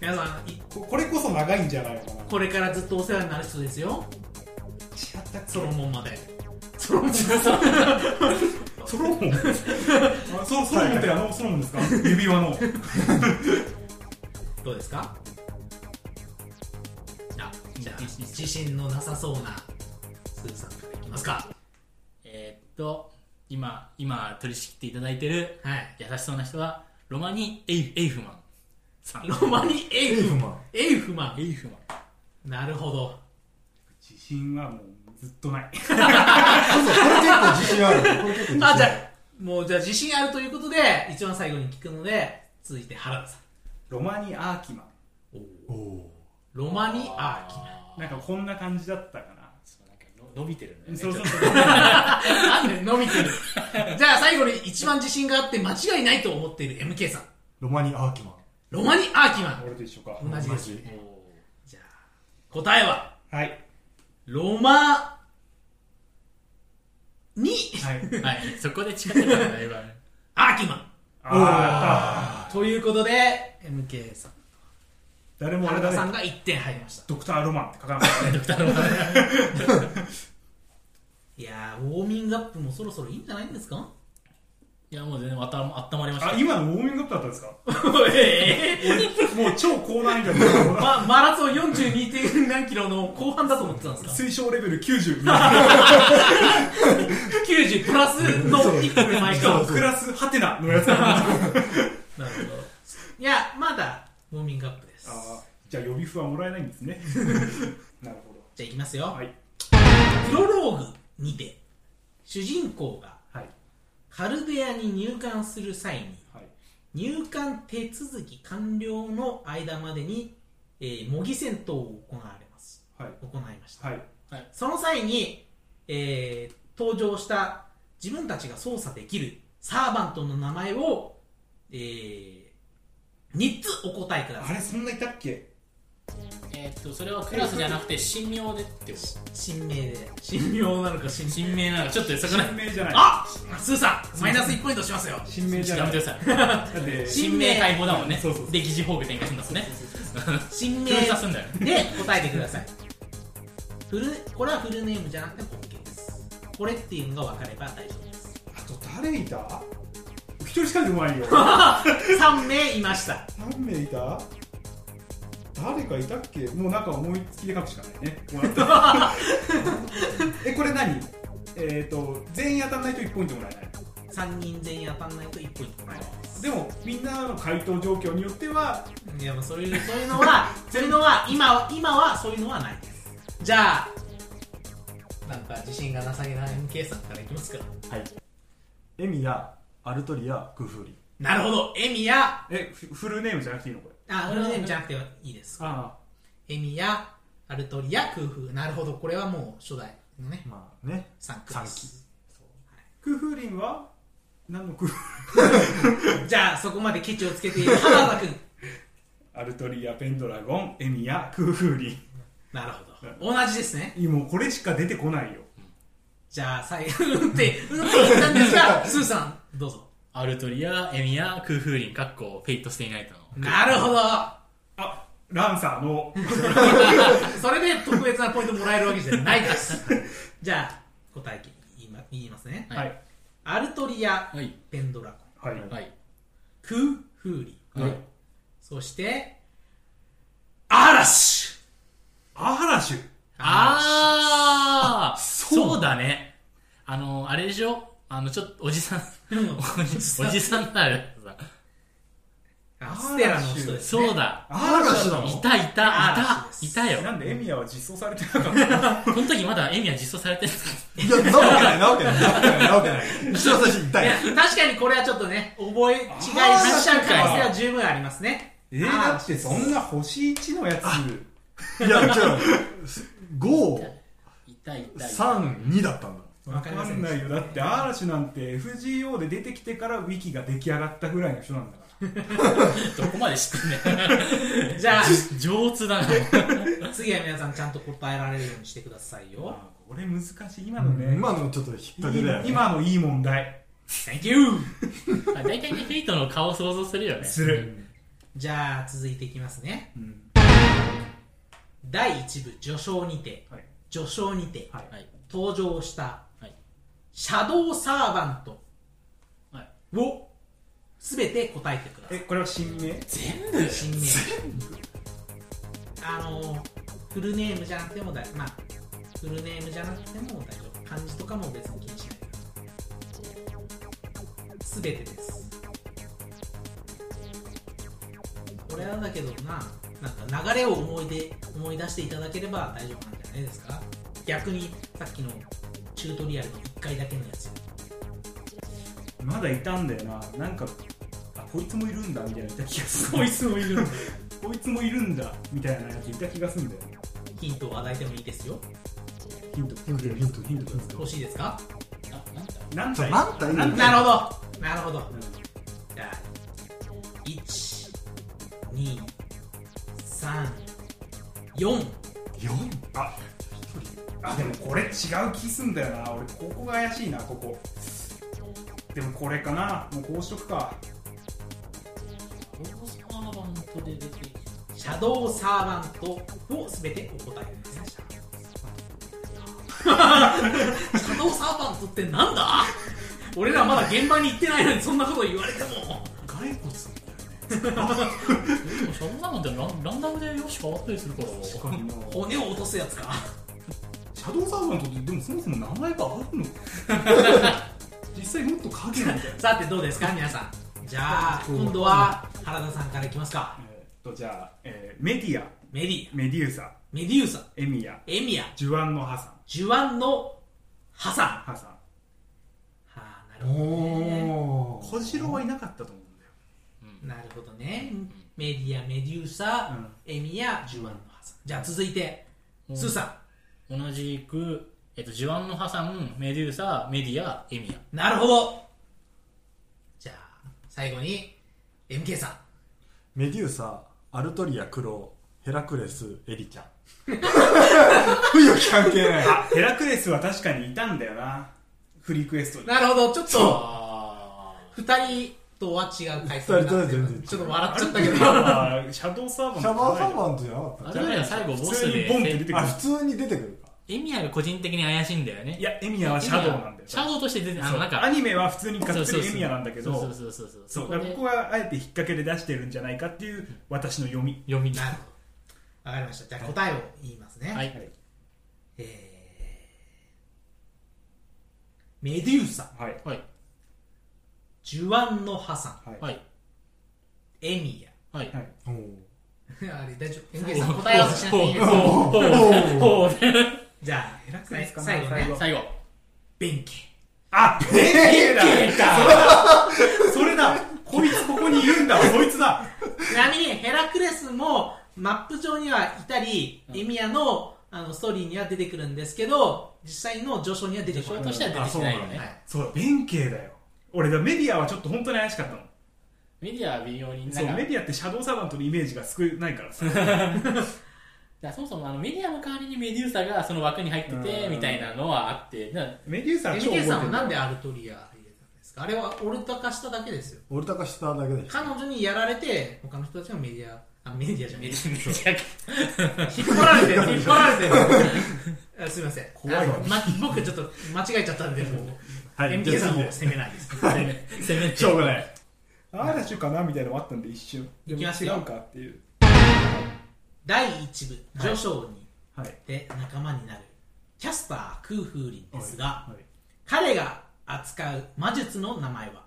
Speaker 3: 皆さんい
Speaker 1: ここれこそ長いんじゃないのかな
Speaker 3: これからずっとお世話になる人ですよ
Speaker 1: 違ったっけ
Speaker 3: ソロモンまでソロモン
Speaker 1: ソ *laughs* ロモンあソソロモンってあのソロモンですか指輪の
Speaker 3: どうですかあじゃあ
Speaker 4: いいです
Speaker 3: 自信のなさそうなスーさんからいきますか
Speaker 4: えーっと、今、今取り仕切っていただいてる
Speaker 3: はい
Speaker 4: 優しそうな人は、ロマニ・エイエイフマンさん。
Speaker 3: ロマニエ
Speaker 2: エ
Speaker 3: イ
Speaker 2: イ
Speaker 3: フ
Speaker 2: フ
Speaker 3: マン
Speaker 2: マン
Speaker 3: エイフマ
Speaker 4: エイフマン。
Speaker 3: ンなるほど
Speaker 1: 自信はもうずっとない
Speaker 2: そうそうこれ結構自信あるこれ結構自信
Speaker 3: あ
Speaker 2: あ
Speaker 3: じ
Speaker 2: る
Speaker 3: ゃあもうじゃあ自信あるということで一番最後に聞くので続いて原田さん
Speaker 1: ロマニアーキマ
Speaker 2: おお
Speaker 3: ロマニアーキ
Speaker 1: ンなんかこんな感じだったかな
Speaker 4: そうなんかの伸びてるんだよね。
Speaker 1: そうそう
Speaker 4: ちょっ
Speaker 1: そう
Speaker 3: なんで伸びてるじゃあ最後に一番自信があって間違いないと思っている MK さん
Speaker 2: ロマニアーキマン
Speaker 3: ロマニアーキマ
Speaker 1: 俺と一緒か
Speaker 3: ン同じです
Speaker 2: 同じ
Speaker 3: ねじゃあ答えは
Speaker 1: はい *laughs*
Speaker 3: ロマに
Speaker 1: はい
Speaker 4: とはい、そこで力がないわ。
Speaker 3: アーキマン
Speaker 1: あー
Speaker 3: ということで MK さん
Speaker 1: 誰も俺
Speaker 3: 原田さ
Speaker 1: だ
Speaker 3: ん
Speaker 1: ね
Speaker 3: が1点入りました
Speaker 1: ドクターロマンって書かなかったね
Speaker 4: ドクターロマン。
Speaker 3: いやーウォーミングアップもそろそろいいんじゃないんですか *laughs*
Speaker 4: いや、もう全然あたあったまりまし
Speaker 1: *laughs*
Speaker 4: た
Speaker 1: あ。今のウォーミングアップだったんですか
Speaker 3: ええ
Speaker 1: もう超高難易度の
Speaker 3: ま、マラソン42点何キロの後半だと思ってたんですか
Speaker 1: 推奨レベル90
Speaker 3: 90プラスの1個手前
Speaker 1: しか
Speaker 3: かな
Speaker 1: も
Speaker 3: るほ
Speaker 1: クラスハテナのやつ *laughs* だ
Speaker 3: どいやまだウォーミングアップです
Speaker 1: あーじゃあ予備符はもらえないんです *laughs* ねなるほ
Speaker 3: じゃあいきますよ、
Speaker 1: どはい
Speaker 3: プロローグにて主人公が
Speaker 1: はい
Speaker 3: カルデアに入館する際に
Speaker 1: はい
Speaker 3: 入館手続き完了の間までに、えー模擬戦闘を行われます
Speaker 1: はい
Speaker 3: 行いました、
Speaker 1: はい
Speaker 3: その際に、えー登場した自分たちが操作できるサーバントの名前を、えー、3つお答えくださ
Speaker 1: あ
Speaker 3: い
Speaker 1: れそんないたっけ
Speaker 4: えーっと、それはクラスじゃなくて、神妙でってこと
Speaker 3: 新名で新名なのか新
Speaker 4: 神明なのか、ちょっとそこら
Speaker 1: 新名じゃない
Speaker 3: あスーさんマイナス1ポイントしますよ
Speaker 1: 新名じゃ
Speaker 4: や
Speaker 1: な
Speaker 4: め
Speaker 1: い
Speaker 4: て
Speaker 1: だ
Speaker 4: く
Speaker 1: っ
Speaker 4: ださ
Speaker 1: て
Speaker 4: い。
Speaker 3: し
Speaker 4: 神明解放だもんね。
Speaker 1: そうそうそう
Speaker 4: で、疑似宝具展開するんだもんね。
Speaker 3: 新名
Speaker 4: 封鎖すんだよね。
Speaker 3: で答えてくださいフルこれはフルネームじゃなくて本家ですこれっていうのが分かれば大丈夫です
Speaker 1: あと誰いた一人しかいないよ
Speaker 3: *laughs* 3名いました
Speaker 1: 何名いた誰かいたっけもうなんか思いつきで書くしかないねえこれ何えー、と全員当たんないと1ポイントもらえない
Speaker 3: 3人全員当たんないと1ポイントもらえます
Speaker 1: でもみんなの回答状況によってはい
Speaker 3: やもうそういうそういうのはそういうのは今は今はそういうのはないですじゃあなんか自信がなさげな MK さんからいきますか
Speaker 2: はいエミヤアルトリアグフーリ
Speaker 3: なるほどエミや
Speaker 1: えフフルネームじゃなくていいのこれ
Speaker 3: あフルネームじゃなくていいです
Speaker 1: あ
Speaker 3: エミやアルトリア空風なるほどこれはもう初代のね
Speaker 2: まあね
Speaker 3: 3区です
Speaker 1: クフリンは何のクフ
Speaker 3: じゃあそこまでケチをつけている原田君
Speaker 1: アルトリアペンドラゴンエミヤクフリン
Speaker 3: なるほど同じですね
Speaker 1: いやもうこれしか出てこないよ
Speaker 3: じゃあ、最後、うんって、うんって言ったんですが、スーさん、どうぞ。
Speaker 4: アルトリア、エミア、クーフーリン、かっこ、フェイトステイナイトの。
Speaker 3: なるほど。
Speaker 1: あランサーの
Speaker 3: それで特別なポイントもらえるわけじゃないです。じゃあ、答え言いま言いますね。
Speaker 1: は
Speaker 4: はいい
Speaker 3: アルトリア、
Speaker 4: はい。
Speaker 3: ペンドラゴン、
Speaker 1: はい
Speaker 4: はい。
Speaker 3: クーフーリ、
Speaker 4: はい。
Speaker 3: そして、嵐
Speaker 1: アハラシュ
Speaker 4: あーそうだね。あの、あれでしょあの、ちょっと、おじさん、
Speaker 3: うん
Speaker 4: おじおじさんになる。
Speaker 3: あステラの人です、ね。
Speaker 4: そうだ。
Speaker 1: 嵐ない
Speaker 4: た、いた、いた、いた
Speaker 1: な
Speaker 4: よ。
Speaker 1: んでエミヤは実装されてなかったの
Speaker 4: この時まだエミは実装されてない。
Speaker 2: いやなわけないなわけないなわけないなわけない一番最初に言った
Speaker 3: い *laughs*
Speaker 2: よ
Speaker 3: や確かにこれはちょっとね、覚え違いしちゃう可能性は十分ありますね。
Speaker 1: *laughs* えー、だってそんな星1のやつ
Speaker 2: い *laughs* や違う
Speaker 4: いた、いた、いた。
Speaker 2: 532だったんだ
Speaker 1: わかんないよだって嵐なんて FGO で出てきてからウィキが出来上がったぐらいの人なんだから
Speaker 4: どこまで知ってんね
Speaker 3: じゃあ、
Speaker 4: ん。 *laughs* 上手だな。
Speaker 3: 次は皆さんちゃんと答えられるようにしてくださいよ。
Speaker 1: あーこれ難しい今のね、
Speaker 2: 今のちょっと引っ掛けだよ
Speaker 1: 今
Speaker 2: ね
Speaker 1: 今のいい問題
Speaker 3: Thank you!
Speaker 4: あ大体ね、フェイトの顔を想像するよね。
Speaker 1: する、
Speaker 3: じゃあ続いていきますね
Speaker 1: うん
Speaker 3: 第1部序章にて
Speaker 1: はい
Speaker 3: 序章にて、
Speaker 1: はい
Speaker 4: はい。
Speaker 3: 登場した、
Speaker 4: はい
Speaker 3: シャドウサーバント
Speaker 4: はい
Speaker 3: を全て答えてくださ
Speaker 1: え
Speaker 3: い
Speaker 1: これは新名
Speaker 4: 全部
Speaker 3: 新名あのフルネームじゃなくても大まあフルネームじゃなくても大丈夫漢字とかも別に気にしないすべてですこれはだけどななんか流れを思い出思い出していただければ大丈夫なんじゃないですか逆にさっきのチュートリアルの1回だけのやつ
Speaker 1: まだいたんだよななんかあこいつもいるんだみたいないた気がする
Speaker 3: いつもいる
Speaker 1: こいつもいるんだみたいなやついた気がするんだよね
Speaker 3: ヒントを与えてもいいですよ
Speaker 1: ヒント
Speaker 2: ヒントヒントヒント
Speaker 3: 欲しいですか
Speaker 4: あなんだ
Speaker 1: 何体
Speaker 2: 何体
Speaker 1: 何
Speaker 3: なる
Speaker 1: 体
Speaker 3: ほどなるほど
Speaker 1: うん
Speaker 3: じゃあ、1、2、3、4。
Speaker 2: 4
Speaker 1: ああでもこれ違う気すんだよな俺ここが怪しいなここでもこれかなもうこうしとくか
Speaker 4: ローサーバントで出てき
Speaker 3: シャドウサーバントをすべてお答えください。シャドウサーバントってなんだ俺らまだ現場に行ってないのにそんなこと言われても。
Speaker 2: 骸骨み
Speaker 4: た。でも、シャドウサーバントはランランダムでよし変わったりするから。
Speaker 1: 確かにな
Speaker 3: 骨を落とすやつか。
Speaker 1: シャドウサーバントってでもそもそも名前があ *laughs* るの実際もっと影なんだよ
Speaker 3: さてどうですか皆さん。じゃあ、今度は原田さんからいきますか。
Speaker 1: えーっとじゃあ、えーメディア
Speaker 3: メリ
Speaker 1: メデューサ
Speaker 3: メデューサ、
Speaker 1: エミヤ
Speaker 3: エミア、
Speaker 1: ジュアンのハサン
Speaker 3: ジュワンのハサン。は
Speaker 1: ハサン
Speaker 3: あ、な
Speaker 2: た
Speaker 3: る
Speaker 2: いな
Speaker 3: ほど、ね。
Speaker 2: お
Speaker 1: 小次郎はいなかったと思うんだよ
Speaker 3: なるほどね、メディアメデューサ、エミやジュワンのハサンじゃあ続いて、
Speaker 4: うん
Speaker 3: スーさ
Speaker 4: 同じく、えっと、ジュアンのハサン、メデューサ、メディア、エミ
Speaker 3: ん
Speaker 4: ア。
Speaker 3: なるほどじゃあ最後に MK さん
Speaker 2: メデューサアルトリアクロウヘラクレスエリちゃん不意気関係ない
Speaker 1: あヘラクレスは確かにいたんだよなフリークエストに
Speaker 3: なるほどちょっと
Speaker 4: あ
Speaker 3: 2人とは違う回答になって
Speaker 2: 二人
Speaker 3: る
Speaker 2: とは全然違う
Speaker 3: ちょっと笑っちゃったけど
Speaker 1: あーシャドウサーバン
Speaker 2: シャ
Speaker 1: ト
Speaker 2: バーサー
Speaker 1: ン
Speaker 2: バントじゃなか
Speaker 4: あ
Speaker 2: っ
Speaker 4: れだよ、最後ボ
Speaker 1: 普
Speaker 4: ス
Speaker 1: 通にボンって出て
Speaker 4: で、
Speaker 1: くる
Speaker 2: たあ普通に出てくるか
Speaker 4: エミアが個人的に怪しいんだよね。
Speaker 1: い、やエミヤはシャドウなんだよ
Speaker 4: シャドウとして出て、あ
Speaker 1: そう
Speaker 4: の、なん
Speaker 1: ア
Speaker 4: か、
Speaker 1: ニメは普通にがっつ
Speaker 4: そうそう
Speaker 1: り
Speaker 4: そ
Speaker 1: エ
Speaker 4: う
Speaker 1: ミヤなんだけど
Speaker 4: そうそうそうそう。
Speaker 1: そうだ
Speaker 4: そこ
Speaker 1: から
Speaker 4: で
Speaker 1: ここはあえて引っ掛けで出してるんじゃないかっていう私の読み
Speaker 4: 読みに。
Speaker 3: なるほどわかりましたじゃあ答えを言いますね、
Speaker 4: は
Speaker 1: はい
Speaker 4: い。
Speaker 3: えーメデューサ
Speaker 1: はい
Speaker 4: はい
Speaker 3: ジュワンのハサン
Speaker 1: はい
Speaker 4: はい
Speaker 3: エミ
Speaker 4: はい
Speaker 1: はい
Speaker 2: おー
Speaker 3: ヤ *laughs* あれ大丈夫 MK さん答え合わせしなくていいです
Speaker 4: ほうほうほう
Speaker 3: じゃ
Speaker 1: えら
Speaker 3: あ
Speaker 1: く
Speaker 3: 最
Speaker 1: ですかな
Speaker 3: 最後
Speaker 1: 最
Speaker 3: ね
Speaker 1: 後
Speaker 4: 最後
Speaker 3: 弁慶
Speaker 1: あ弁慶だ
Speaker 4: えか
Speaker 1: それだこいつここにいるんだそいつだ
Speaker 3: ちなみにヘラクレスもマップ上にはいたり、
Speaker 4: うん
Speaker 3: エミヤのあのストーリーには出てくるんですけど実際の序章には出てこ
Speaker 4: 序章
Speaker 3: な
Speaker 4: と
Speaker 3: い
Speaker 4: しては出てきてないよね
Speaker 1: そう弁慶だよ俺だメディアはちょっと本当に怪しかったの
Speaker 4: メディアは微妙にな
Speaker 1: そ
Speaker 4: ん
Speaker 1: う
Speaker 4: か
Speaker 1: メディアってシャドウサバントのイメージが少ないからさ
Speaker 4: だからそもそもあのメディアの代わりにメデューサがその枠に入ってて
Speaker 1: うん
Speaker 4: みたいなのはあってな
Speaker 1: メデューサは超覚え
Speaker 3: MK
Speaker 1: て
Speaker 3: さんは
Speaker 1: る
Speaker 3: なんでアルトリア入れたんですかあれは俺と化しただけですよ
Speaker 2: 俺たかしただけでしょ
Speaker 3: 彼女にやられて他の人たちがメディアあメディアじゃねえ
Speaker 4: メディアが
Speaker 3: 引っ張られてる引っ張られてる *laughs* あすみません
Speaker 2: 怖いわ
Speaker 3: あのま、僕ちょっと間違えちゃったんでもう
Speaker 1: はい
Speaker 3: MK さん
Speaker 1: じゃ
Speaker 3: を
Speaker 1: あ
Speaker 3: 責めないです
Speaker 4: 攻め攻め
Speaker 1: しょうがないあーラッシュかなみたいなのもあったんで一瞬でも
Speaker 3: いきますよ
Speaker 1: 違うかっていう
Speaker 3: 第1部序章に
Speaker 1: はい
Speaker 3: で仲間になるキャスター空風林ですが、
Speaker 1: はい
Speaker 3: 彼が扱う魔術の名前は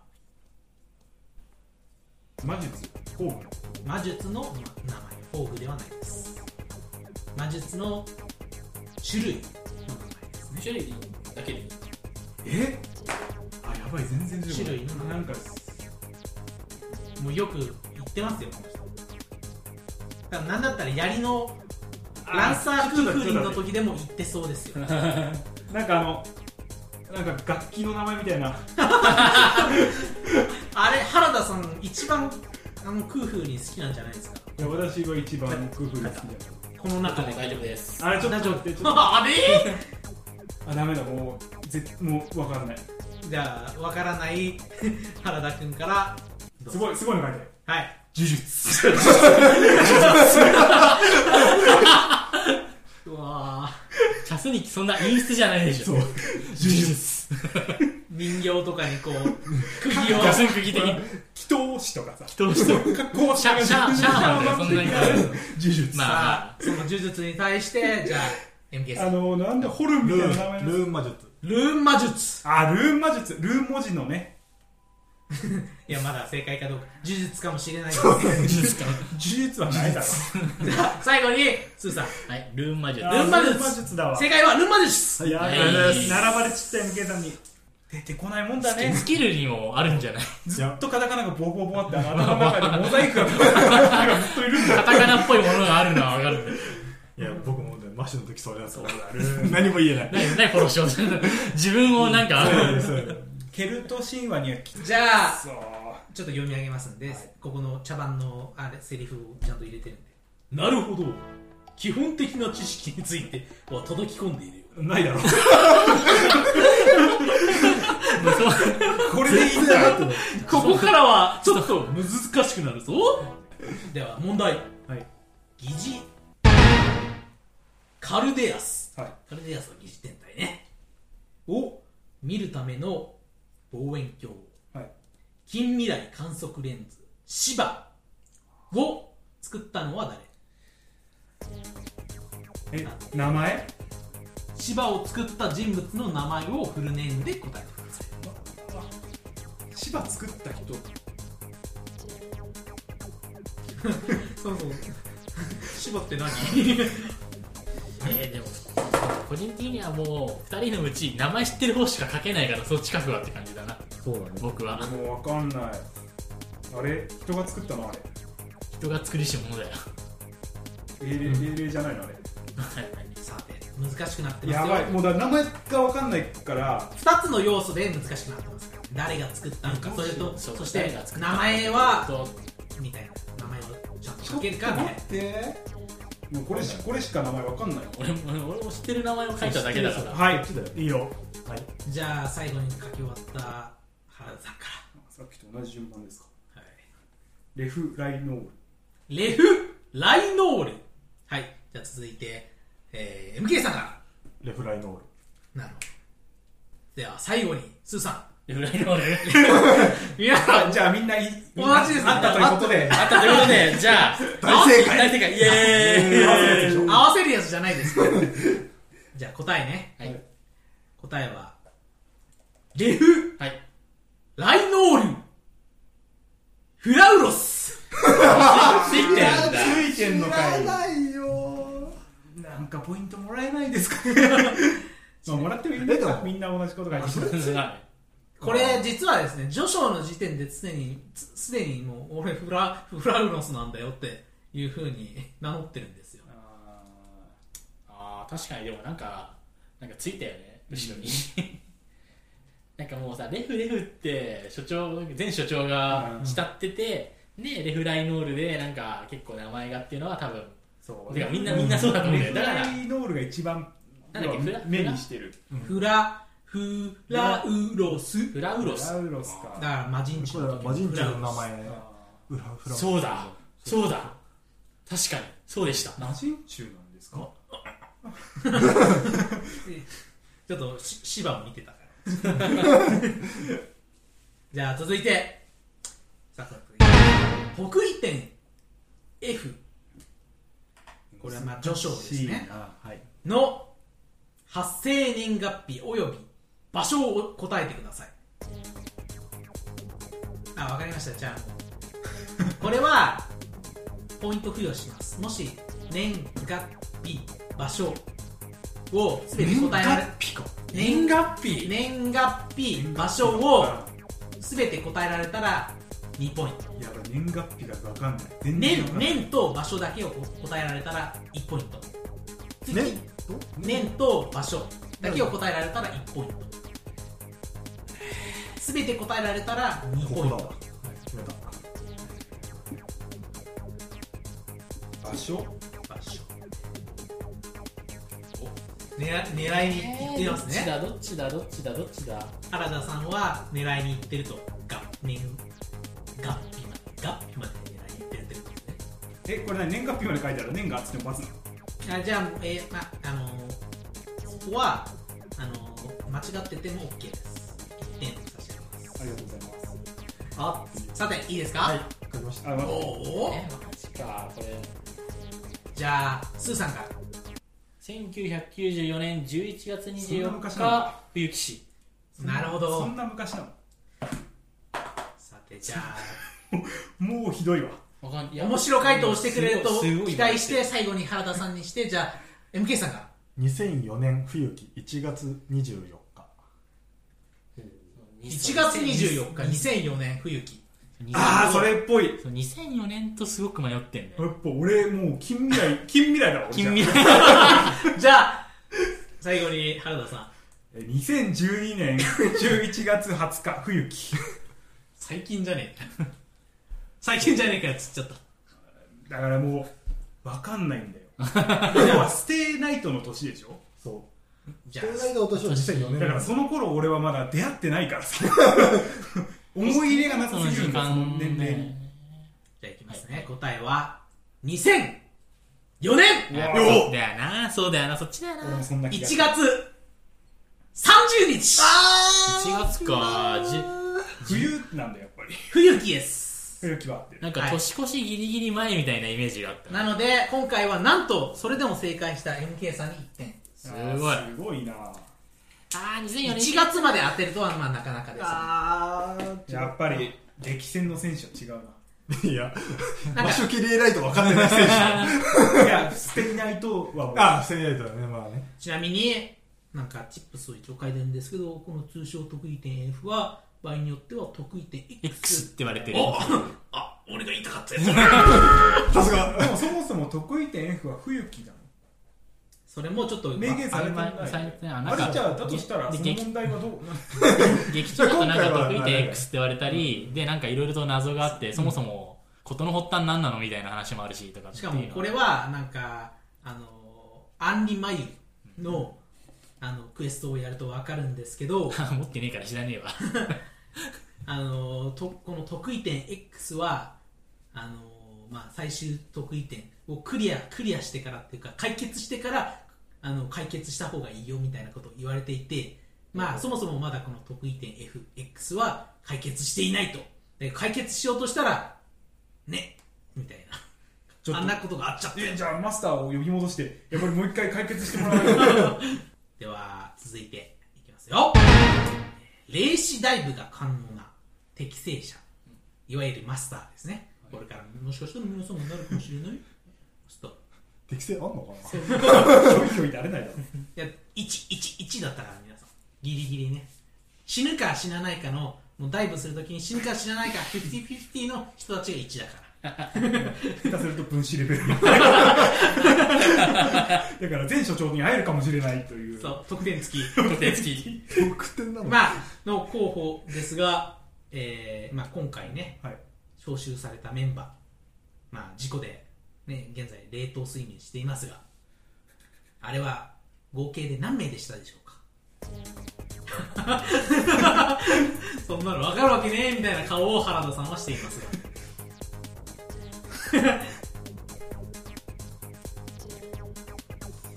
Speaker 1: 魔術工具の
Speaker 3: 魔術の名前フォーグではないです魔術の種類の名前ですね
Speaker 4: 種類だけでいい
Speaker 1: えあやばい全然
Speaker 3: 種類
Speaker 1: のなんか
Speaker 3: もうよく言ってますよこの人だから何だったら槍のランサー空風林の時でも言ってそうですよ
Speaker 1: なんかあのなんか楽器の名前みたいな
Speaker 3: あれ原田さん一番あの空風林好きなんじゃないですか
Speaker 1: いや私は一番クーフが好きじ
Speaker 3: この中
Speaker 4: 中
Speaker 3: で
Speaker 4: で大丈夫です
Speaker 1: ゃないあれちょっと待ってちょっと
Speaker 3: あれ
Speaker 1: あダメだもうぜもうわかんない
Speaker 3: じゃあわからない *laughs* 原田君からどう
Speaker 1: す
Speaker 3: ぞ
Speaker 1: ごいすごいの書いてある
Speaker 3: はい
Speaker 1: 呪術
Speaker 3: うわ
Speaker 4: チャスニキそんな陰湿じゃないでしょ
Speaker 1: そう呪術
Speaker 3: ー *laughs* 人形とかにこ *laughs* う釘を
Speaker 4: ガスン釘的に
Speaker 1: 祈祷師とかさ
Speaker 4: 人を人を
Speaker 1: 格好
Speaker 4: シャシャシャーマンだよそんなに
Speaker 1: 呪術
Speaker 4: まあ
Speaker 3: さあその呪術に対してじゃあ MK さ
Speaker 1: あ
Speaker 3: ん
Speaker 1: のなんでホルンみ
Speaker 2: ル
Speaker 1: たいな名
Speaker 2: ー
Speaker 1: 前
Speaker 2: ン
Speaker 1: の
Speaker 2: ルーン魔術
Speaker 3: ルーン魔術
Speaker 1: あルーン魔術ルーン文字のね
Speaker 3: いやまだ正解かどうか呪術かもしれないけどじ *laughs*
Speaker 4: 術か
Speaker 1: 呪術はないだろ
Speaker 3: ゃあ最後にスーさん
Speaker 4: はいルーン魔術
Speaker 1: あ
Speaker 3: ルーン魔術
Speaker 1: ルーン魔術だわ
Speaker 3: 正解はルーン魔術
Speaker 2: はい
Speaker 4: はい
Speaker 1: 並ばれちった MK さんに出てこないもんだね
Speaker 4: スキルにもあるんじゃない
Speaker 1: ずっとカタカナがボコボコって頭の中でモザイクがボコボコがずっといるんだ
Speaker 4: カタカナっぽいものがあるのは分かるんだよ
Speaker 2: いや僕もねマシの時それだった何も言えない
Speaker 4: 何何フォローしようとしてる自分をなんか
Speaker 1: ケルト神話にはき
Speaker 3: じゃあ
Speaker 1: そう
Speaker 3: ちょっと読み上げますんで、ここの茶番のあれセリフをちゃんと入れてるんでなるほど基本的な知識については届き込んでいるよ
Speaker 1: ないだろ
Speaker 4: もうそう
Speaker 1: これでいいんだよ
Speaker 4: ここからはちょっと
Speaker 3: 難しくなるぞでは問題
Speaker 1: はい
Speaker 3: 疑似カルデアス
Speaker 1: はい
Speaker 3: カルデアスは疑似天体ね
Speaker 1: お
Speaker 3: 見るための望遠鏡
Speaker 1: はい
Speaker 3: 近未来観測レンズ芝を作ったのは誰
Speaker 1: え名前
Speaker 3: 芝を作った人物の名前をフルネームで答えてください
Speaker 1: 芝作った人
Speaker 3: そう *laughs* そう芝って何
Speaker 4: えー、でも個人的にはもう2人のうち名前知ってる方しか書けないからそっち書くわって感じだな
Speaker 2: そうだね
Speaker 4: 僕は
Speaker 1: もうわかんないあれ人が作ったのあれ
Speaker 4: 人が作りし者だよ
Speaker 1: 英霊英霊じゃないのあれ
Speaker 3: さて難しくなってます
Speaker 1: や
Speaker 3: よ
Speaker 1: ばいもうだ名前がわかんないから
Speaker 3: 2つの要素で難しくなってます誰が作ったのかそれとそして名前はみたいな名前をちゃんと書けるかみたいな
Speaker 1: てもうこれしこれしか名前わかんない
Speaker 4: 俺も俺も知ってる名前を書いただけだから
Speaker 1: はい
Speaker 2: そうだよ
Speaker 1: いいよ
Speaker 2: はい
Speaker 3: じゃあ最後に書き終わった原田さんか、
Speaker 1: さっきと同じ順番ですから
Speaker 3: は
Speaker 1: レフ・ライノール
Speaker 3: い、レフ・ライノールはいじゃあ続いて、えー、MK さんか
Speaker 2: レフライノール
Speaker 3: らなるほどでは最後にスーさん
Speaker 4: フライノール
Speaker 3: *laughs* 皆さん
Speaker 1: じゃあみんない
Speaker 3: 同じですね
Speaker 1: あったということで
Speaker 4: あったということでじゃあ
Speaker 2: 大正解
Speaker 4: 大正解イエーイ
Speaker 3: 合わせるやつじ *laughs* ゃないですかじゃあ答えね
Speaker 4: はい
Speaker 3: 答えはレフ、
Speaker 4: はい。
Speaker 3: ライノール、フラウロス。
Speaker 4: ついてるんだ。
Speaker 1: ついてんのかい
Speaker 2: ないよ
Speaker 1: なんかポイントもらえないですかね *laughs* まあもらってもいいんです
Speaker 2: えで
Speaker 1: か
Speaker 2: も
Speaker 1: みんな同じことが
Speaker 4: それついはい
Speaker 3: これ、実はですね、序章の時点ですでに、つすでにもう、俺フラ、フラウロスなんだよっていうふうに名乗ってるんですよ。
Speaker 1: あ
Speaker 4: ああ、確かにでもなんか、なんかついたよね、後ろに。なんかもうさ、レフレフって、所長、前所長が
Speaker 1: うん
Speaker 4: 慕ってて、で、レフライノールで、なんか結構名前がっていうのは多分、
Speaker 1: ーそう
Speaker 4: てかみんなみんなそうだと思うんだよだから
Speaker 1: レフライノールが一番
Speaker 4: なんだっけフラ
Speaker 1: 目にしてる
Speaker 3: フラ、フラウロス。
Speaker 4: フラウロ
Speaker 1: ラ
Speaker 4: ス。
Speaker 1: ウロスか
Speaker 3: だから魔人
Speaker 2: こ
Speaker 3: 中
Speaker 2: れ
Speaker 3: の
Speaker 2: は
Speaker 3: 時
Speaker 2: 魔人中の名
Speaker 3: フラウロス
Speaker 2: 前フラフラ
Speaker 4: そうだ、そうだ。確かに、そうでした。
Speaker 1: 魔人中なんですか
Speaker 3: ちょっとし芝を見てたから *laughs* じゃあ続いてさあ北緯点 F これはまあ序章ですね
Speaker 1: はい
Speaker 3: の発生年月日および場所を答えてくださいあわかりましたじゃあ *laughs* これはポイント付与しますもし年月日場所を全て答えられ
Speaker 4: ピコ。
Speaker 3: 年
Speaker 4: 年月日
Speaker 3: 年月日場所を全て答えられたら2ポイント
Speaker 1: やばい年月日が分かんない全
Speaker 3: 年
Speaker 1: わかんない
Speaker 3: 年と場所だけを答えられたら1ポイント次
Speaker 2: 年と
Speaker 3: 年と場所だけを答えられたら1ポイント全て答えられたら2
Speaker 2: こ
Speaker 3: ポ
Speaker 2: こ
Speaker 3: イン
Speaker 2: だわ
Speaker 3: ト
Speaker 2: はい決めた
Speaker 1: 場所
Speaker 3: 場所お狙狙いにいってますね、
Speaker 4: どっちだ、どっちだ、どっちだ、どっちだ。
Speaker 3: 原田さんは狙いにいってるとが年月日まで月日まで狙いにいってるってことですね
Speaker 1: えこれ何年月日まで書いたら年がつっても×なの
Speaker 3: あじゃあ、えーまあのーそこはあのー間違ってても OK です1点差し上げます
Speaker 1: ありがとうございます
Speaker 3: あさていいですか、
Speaker 2: はいわかりました
Speaker 1: あ待って
Speaker 3: おお
Speaker 4: え、マジか、これ。
Speaker 3: じゃあスーさんから
Speaker 4: 1994年11月
Speaker 1: そんな
Speaker 4: 24
Speaker 1: 昔なん
Speaker 4: 日
Speaker 1: だ、
Speaker 4: 冬木市。
Speaker 3: なるほ
Speaker 1: そ
Speaker 3: ど
Speaker 1: んな昔なの
Speaker 3: さてじゃあ
Speaker 1: もうひどいわ
Speaker 4: わかんいや
Speaker 3: 面白回答をしてくれると
Speaker 4: すごい
Speaker 3: 期待して最後に原田さんにしてじゃあ MK さんが
Speaker 2: 2004年冬季1月24日
Speaker 3: 1月24日2004年冬季
Speaker 1: ああそれっぽい
Speaker 4: そう2004年とすごく迷ってんだ
Speaker 1: や
Speaker 4: よ
Speaker 1: っぱ俺もう近未来近未来だわ俺じゃ
Speaker 4: 近
Speaker 1: あ
Speaker 4: 未
Speaker 3: *laughs*
Speaker 4: 来
Speaker 3: じゃあ最後に原田さん
Speaker 1: え2012年11月20日冬季
Speaker 3: 最近じゃねえ *laughs* か最近じゃねえかよつっちゃった
Speaker 1: だからもう分かんないんだよ要はステイナイトの年でしょ
Speaker 2: そ
Speaker 3: じ
Speaker 2: う
Speaker 3: ゃ
Speaker 2: これ
Speaker 3: あ
Speaker 2: だけ私は2004年
Speaker 1: だからその頃俺はまだ出会ってないからさ思い入れがなさすぎるんだよその年齢に
Speaker 3: じゃあいきますね、答えは2004年
Speaker 4: いや
Speaker 1: うわ
Speaker 4: そうだよなそうだよなそっちだよな
Speaker 1: 俺もそんな
Speaker 3: 1
Speaker 1: 気が
Speaker 3: 月
Speaker 1: する
Speaker 3: 30日
Speaker 4: 1月かじ
Speaker 1: 冬なんだよやっぱり
Speaker 3: 冬季です
Speaker 1: 冬季はあって
Speaker 4: なんか
Speaker 3: はい
Speaker 4: 年越しギリギリ前みたいなイメージがあった
Speaker 3: なので今回はなんとそれでも正解した MK さんに1点
Speaker 1: す
Speaker 4: ごい
Speaker 1: すごいな
Speaker 4: ああ2004
Speaker 3: 1
Speaker 4: 年
Speaker 3: 月まで当てるとはまあなかなかです
Speaker 2: あ
Speaker 1: やっぱり激戦の選手は違うない
Speaker 2: や
Speaker 3: なん
Speaker 2: 場
Speaker 3: か
Speaker 2: 所切り偉いと分かってない選 *laughs* 手
Speaker 1: いやステイナイトはもう
Speaker 2: ああセリアイトだねまあね
Speaker 3: ちなみになんかチップスを一応書いてるんですけどこの通称得意点 F は場合によっては得意点
Speaker 4: X っ
Speaker 3: X
Speaker 4: て言われてる
Speaker 3: おあ俺が言いたかったやつ
Speaker 2: さすが
Speaker 1: でもそもそも得意点 F は冬季なの
Speaker 3: それもちょっと
Speaker 1: 明言されてない
Speaker 4: 曖昧されてないあなんか
Speaker 1: あれじゃあだとしたら
Speaker 4: で
Speaker 1: その
Speaker 4: 激
Speaker 1: 問題はどう *laughs*
Speaker 4: 劇中だとなんか得意
Speaker 2: 今回は
Speaker 4: 点
Speaker 2: ね
Speaker 4: X って言われたりでなんかいろいろと謎があってそもそも事の発端何なのみたいな話もあるしとかって
Speaker 3: し
Speaker 4: いう
Speaker 3: か
Speaker 4: の
Speaker 3: もこれはなんかあのアンリ・マユのあのクエストをやると分かるんですけど
Speaker 4: *laughs* 持ってねえから知らねえわ
Speaker 3: あのとこの得意点 X はあの、まあ、最終得意点をクリアクリアしてからっていうか解決してからあの解決した方がいいよみたいなことを言われていて、まあ、そもそもまだこの得意点 FX は解決していないとで解決しようとしたらねみたい
Speaker 1: ちょっ
Speaker 3: な
Speaker 1: と
Speaker 3: あんなことがあっちゃった
Speaker 1: えじゃあマスターを呼び戻してやっぱりもう一回解決してもらわないと
Speaker 3: では続いていきますよ霊ダイブが可能な適正者いわゆるマスターですね、これからもしかしたら皆様になるかもしれないマスター
Speaker 2: 適性あんのか
Speaker 1: ひょ
Speaker 2: *laughs* な
Speaker 1: いひょいなれないだろ
Speaker 3: いや111だったから皆さんギリギリね死ぬか死なないかのもうダイブするときに死ぬか死なないか50-50の人たちが1だから
Speaker 1: 下手すると分子レベル *laughs* だから前所長に会えるかもしれないという
Speaker 3: そう得点付き
Speaker 4: 固定付き
Speaker 2: 得点なの
Speaker 3: まあの候補ですが、えーまあ、今回ね
Speaker 1: はい
Speaker 3: 招集されたメンバー、まあ、事故で、ね、現在冷凍睡眠していますがあれは合計で何名でしたでしょうかそんなの分かるわけねえみたいな顔を原田さんはしていますが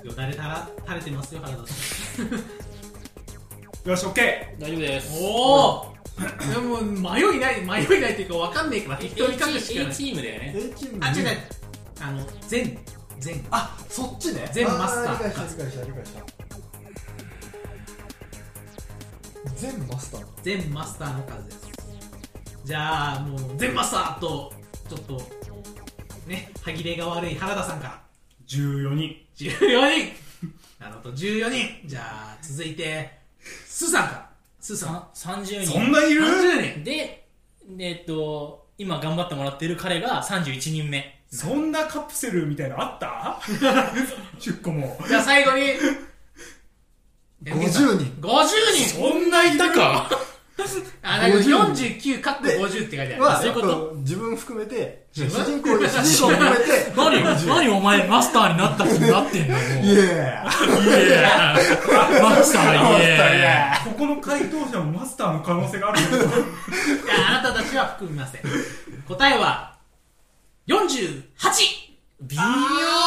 Speaker 3: よだれたら垂れてますよ原田さん
Speaker 1: よし OK
Speaker 4: 大丈夫です
Speaker 3: おおでも迷いない迷いないっていうか分かんねえから適当に書くしか
Speaker 4: A
Speaker 3: ない
Speaker 4: チームだよね
Speaker 2: A チーム
Speaker 3: あ違う違うあの全全
Speaker 2: あそっちね
Speaker 3: 全マスター
Speaker 2: あ理解した理解した理解した全マスター
Speaker 3: 全マスターの数ですじゃあもう全マスターとちょっとね歯切れが悪い原田さんから
Speaker 1: 14人
Speaker 3: 14人なるほど14人じゃあ続いてスーさんからスーさん
Speaker 4: さ30
Speaker 1: そ
Speaker 4: 人
Speaker 1: んないる
Speaker 3: 30人
Speaker 4: でえっと今頑張ってもらってる彼が31人目
Speaker 1: そんなカプセルみたいのあった *laughs* ?10 個も
Speaker 3: じゃあ最後に
Speaker 2: 50人
Speaker 3: 50人
Speaker 4: そんないたか
Speaker 3: *laughs* あだけど
Speaker 2: 50
Speaker 3: 49かっこ50って書いてある、
Speaker 2: は
Speaker 4: そういうこと
Speaker 2: うん自分含めて主
Speaker 3: 自
Speaker 2: 人
Speaker 3: 分
Speaker 2: 公で主人公含め
Speaker 4: *laughs*
Speaker 2: て
Speaker 4: 何何お前マスターになった気になってんのもう
Speaker 2: イエー
Speaker 4: いやマスターいや
Speaker 1: ここの回答者もマスターの可能性があるけど
Speaker 3: いやあなたたちは含みません答えは 48!
Speaker 4: 微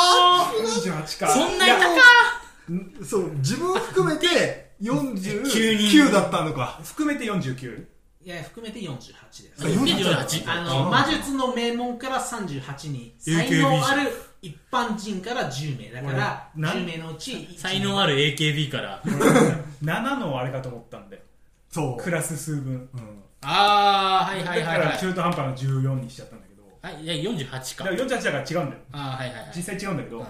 Speaker 1: 48か
Speaker 4: そんないたか
Speaker 2: イそう自分含めて
Speaker 4: 九人
Speaker 2: 49だったのか
Speaker 1: 含めて49
Speaker 3: いや含めて48です
Speaker 2: あ48
Speaker 4: 48
Speaker 3: あ
Speaker 2: あ
Speaker 3: の
Speaker 2: ー
Speaker 3: 魔術の名門から38に才
Speaker 4: AKB
Speaker 3: 能ある一般人から10名だから
Speaker 1: これなん
Speaker 3: 10名のうち
Speaker 4: 才能あ
Speaker 3: る
Speaker 4: る AKB から
Speaker 1: 7のあれかと思ったんで
Speaker 2: そ
Speaker 1: ク
Speaker 2: う
Speaker 1: ラス数分
Speaker 2: うん
Speaker 4: ああはいはいはい
Speaker 1: だか
Speaker 4: は
Speaker 1: ら
Speaker 4: い
Speaker 1: 中途半端な14にしちゃったんだけど
Speaker 4: はいいや
Speaker 1: だ
Speaker 4: 48か
Speaker 1: から48だから違うんだよ
Speaker 4: ああはいはいはい
Speaker 1: 実際違うんだけど、
Speaker 4: うん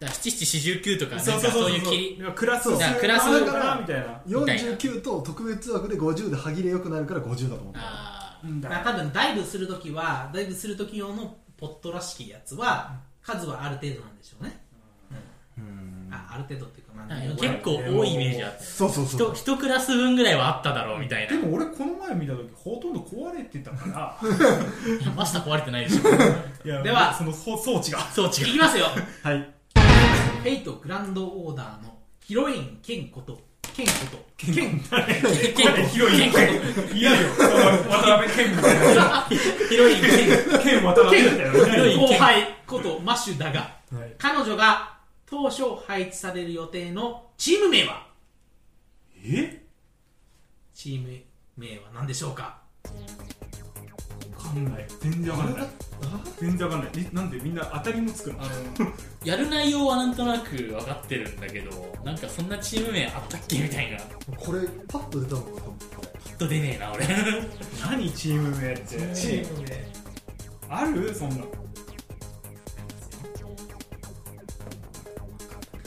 Speaker 4: だから7749とかなんかそういう切り
Speaker 1: クラス
Speaker 4: そう
Speaker 1: 数
Speaker 4: クラス
Speaker 1: あるかなみたいな
Speaker 2: 49と特別枠で50で歯切れ良くなるから50だと思った
Speaker 4: あ
Speaker 1: うんだ
Speaker 3: 多分ダイブするときはダイブするとき用のポットらしきやつは数はある程度なんでしょうね
Speaker 2: うん
Speaker 3: あある程度っていうかまあ
Speaker 4: あ結構多いイメージあって
Speaker 2: そうそうそ
Speaker 4: 一
Speaker 2: う
Speaker 4: 一クラス分ぐらいはあっただろうみたい
Speaker 1: で
Speaker 4: な
Speaker 1: も俺この前見た時ほとんど壊れてたから
Speaker 4: *laughs* いやマスター壊れてないでしょ
Speaker 1: いや
Speaker 3: では
Speaker 1: その装装置が
Speaker 4: そう
Speaker 3: い
Speaker 4: 違
Speaker 3: き
Speaker 4: う *laughs*
Speaker 3: ますよ
Speaker 2: はい
Speaker 3: フェイトグランドオーダーのヒロインケンことケンことケン
Speaker 4: 結
Speaker 1: これ広いねいやよその渡辺謙みたいな
Speaker 4: 広い
Speaker 1: 謙渡辺みたいないないよ
Speaker 3: *laughs* 後輩ことマシュだが
Speaker 2: はい
Speaker 3: 彼女が当初配置される予定のチーム名は
Speaker 1: え
Speaker 3: チーム名は何でしょうか
Speaker 1: わかんない全然わかんない全然わかんないえなんでみんな当たりもつくの
Speaker 4: あのやる内容はなんとなく分かってるんだけどなんかそんなチーム名あったっけみたいなち
Speaker 2: これパッと出たのが多分これ
Speaker 4: ょっと出ねえな俺
Speaker 1: 何チーム名って
Speaker 3: チーム名
Speaker 1: あるそんなの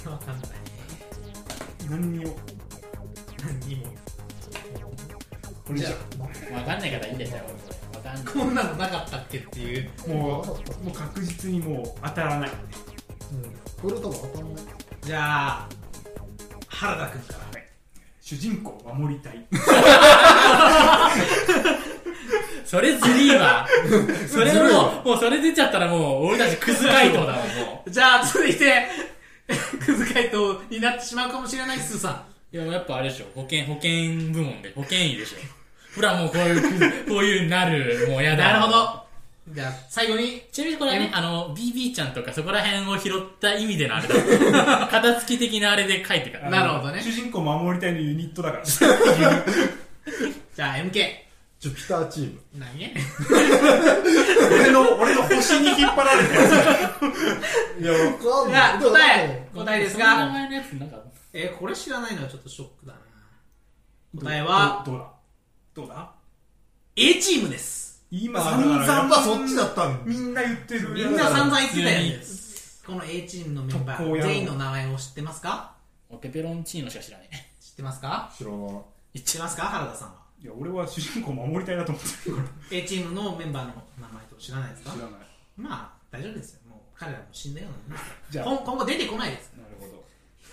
Speaker 3: わかんない
Speaker 1: 何にも
Speaker 3: 何にも
Speaker 1: これじゃ
Speaker 4: 分かんない方いいんだよ分かんない
Speaker 3: こんなのなかったっけっていう
Speaker 1: もうもう確実にもう当たらない
Speaker 2: これ多分当たんない
Speaker 3: じゃあ原田君から
Speaker 1: 主人公を守りたい
Speaker 4: それずりーわ *laughs* それ
Speaker 2: ずるいわ
Speaker 4: もうもうそれ出ちゃったらもう俺たちクズ回答だもんも
Speaker 3: じゃあ続いてクズ回答になってしまうかもしれないスーさん
Speaker 4: ういややっぱあれでしょ保険保険部門で保険医でしょほらもうこういう *laughs* クズこういうなるもうやだ
Speaker 3: なるほどじゃあ最後に
Speaker 4: ちなみにこれはね
Speaker 3: え
Speaker 4: あの BB ちゃんとかそこら辺を拾った意味でのあれ *laughs* だ片付き的なあれで書いてから
Speaker 3: なるほどね
Speaker 1: 主人公守りたいのユニットだから
Speaker 3: じゃあ MK
Speaker 2: ジュピターチーム
Speaker 3: *laughs* 何ね
Speaker 1: 俺の俺の星に引っ張られてる
Speaker 2: いやわかん
Speaker 3: じ
Speaker 2: な
Speaker 3: ゃ
Speaker 2: い
Speaker 3: あ答え答えです
Speaker 4: その名
Speaker 3: が
Speaker 4: 前のやつなんか
Speaker 3: えーこれ知らないのはちょっとショックだな答えは
Speaker 1: どうだどうだ
Speaker 3: A チームです
Speaker 1: 今
Speaker 2: 散々
Speaker 1: だから
Speaker 2: まあそっちだったん
Speaker 1: みんな言ってる
Speaker 3: みんな散々言ってたやつ
Speaker 4: 普
Speaker 3: で
Speaker 4: 通
Speaker 3: すこの A チームのメンバ
Speaker 1: 特攻野
Speaker 3: ー
Speaker 1: 郎
Speaker 3: 全員の名前を知ってますか
Speaker 4: 俺ペペロンチーノしか知らねえ
Speaker 3: 知ってますか
Speaker 2: 知らない
Speaker 3: 知ってますか原田さんはい
Speaker 1: や俺は主人公守りたいなと思ってるから
Speaker 3: A チームのメンバーの名前とか知らないですか
Speaker 1: 知らない
Speaker 3: まあ大丈夫ですよもう彼らも死んだようなもんですから
Speaker 1: じゃあ
Speaker 3: 今今後出てこないです
Speaker 1: なるほ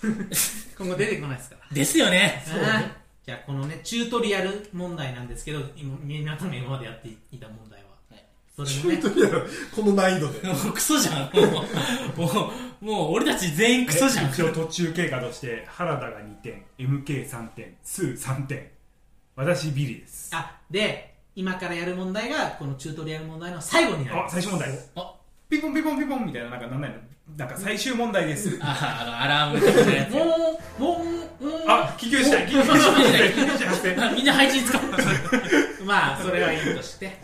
Speaker 1: ど
Speaker 3: 今後出てこないですから
Speaker 4: ですよね
Speaker 3: あーじゃあこのねチュートリアル問題なんですけど今みんなとの今までやっていた問題は、
Speaker 4: はい
Speaker 3: それ
Speaker 2: チ
Speaker 3: も
Speaker 2: ュート
Speaker 3: ね
Speaker 2: リアルこの難易度で
Speaker 4: *laughs* もうクソじゃんもうもうもう俺たち全員クソじゃん
Speaker 1: 一応途中経過として原田が2点 MK3 点スー3点私ビリです
Speaker 3: あで今からやる問題がこのチュートリアル問題の最後になり
Speaker 1: あ
Speaker 3: ます
Speaker 1: 最終問題
Speaker 4: あ
Speaker 1: ピンポンピンポンピンポンみたいななんかなんないのなんか最終問題です
Speaker 4: ああのアラームみたいなやつ
Speaker 3: もうもうもう
Speaker 1: あ起業したい起業したい起業したい発生
Speaker 4: あみんな配信使う
Speaker 3: まあそれはいいとして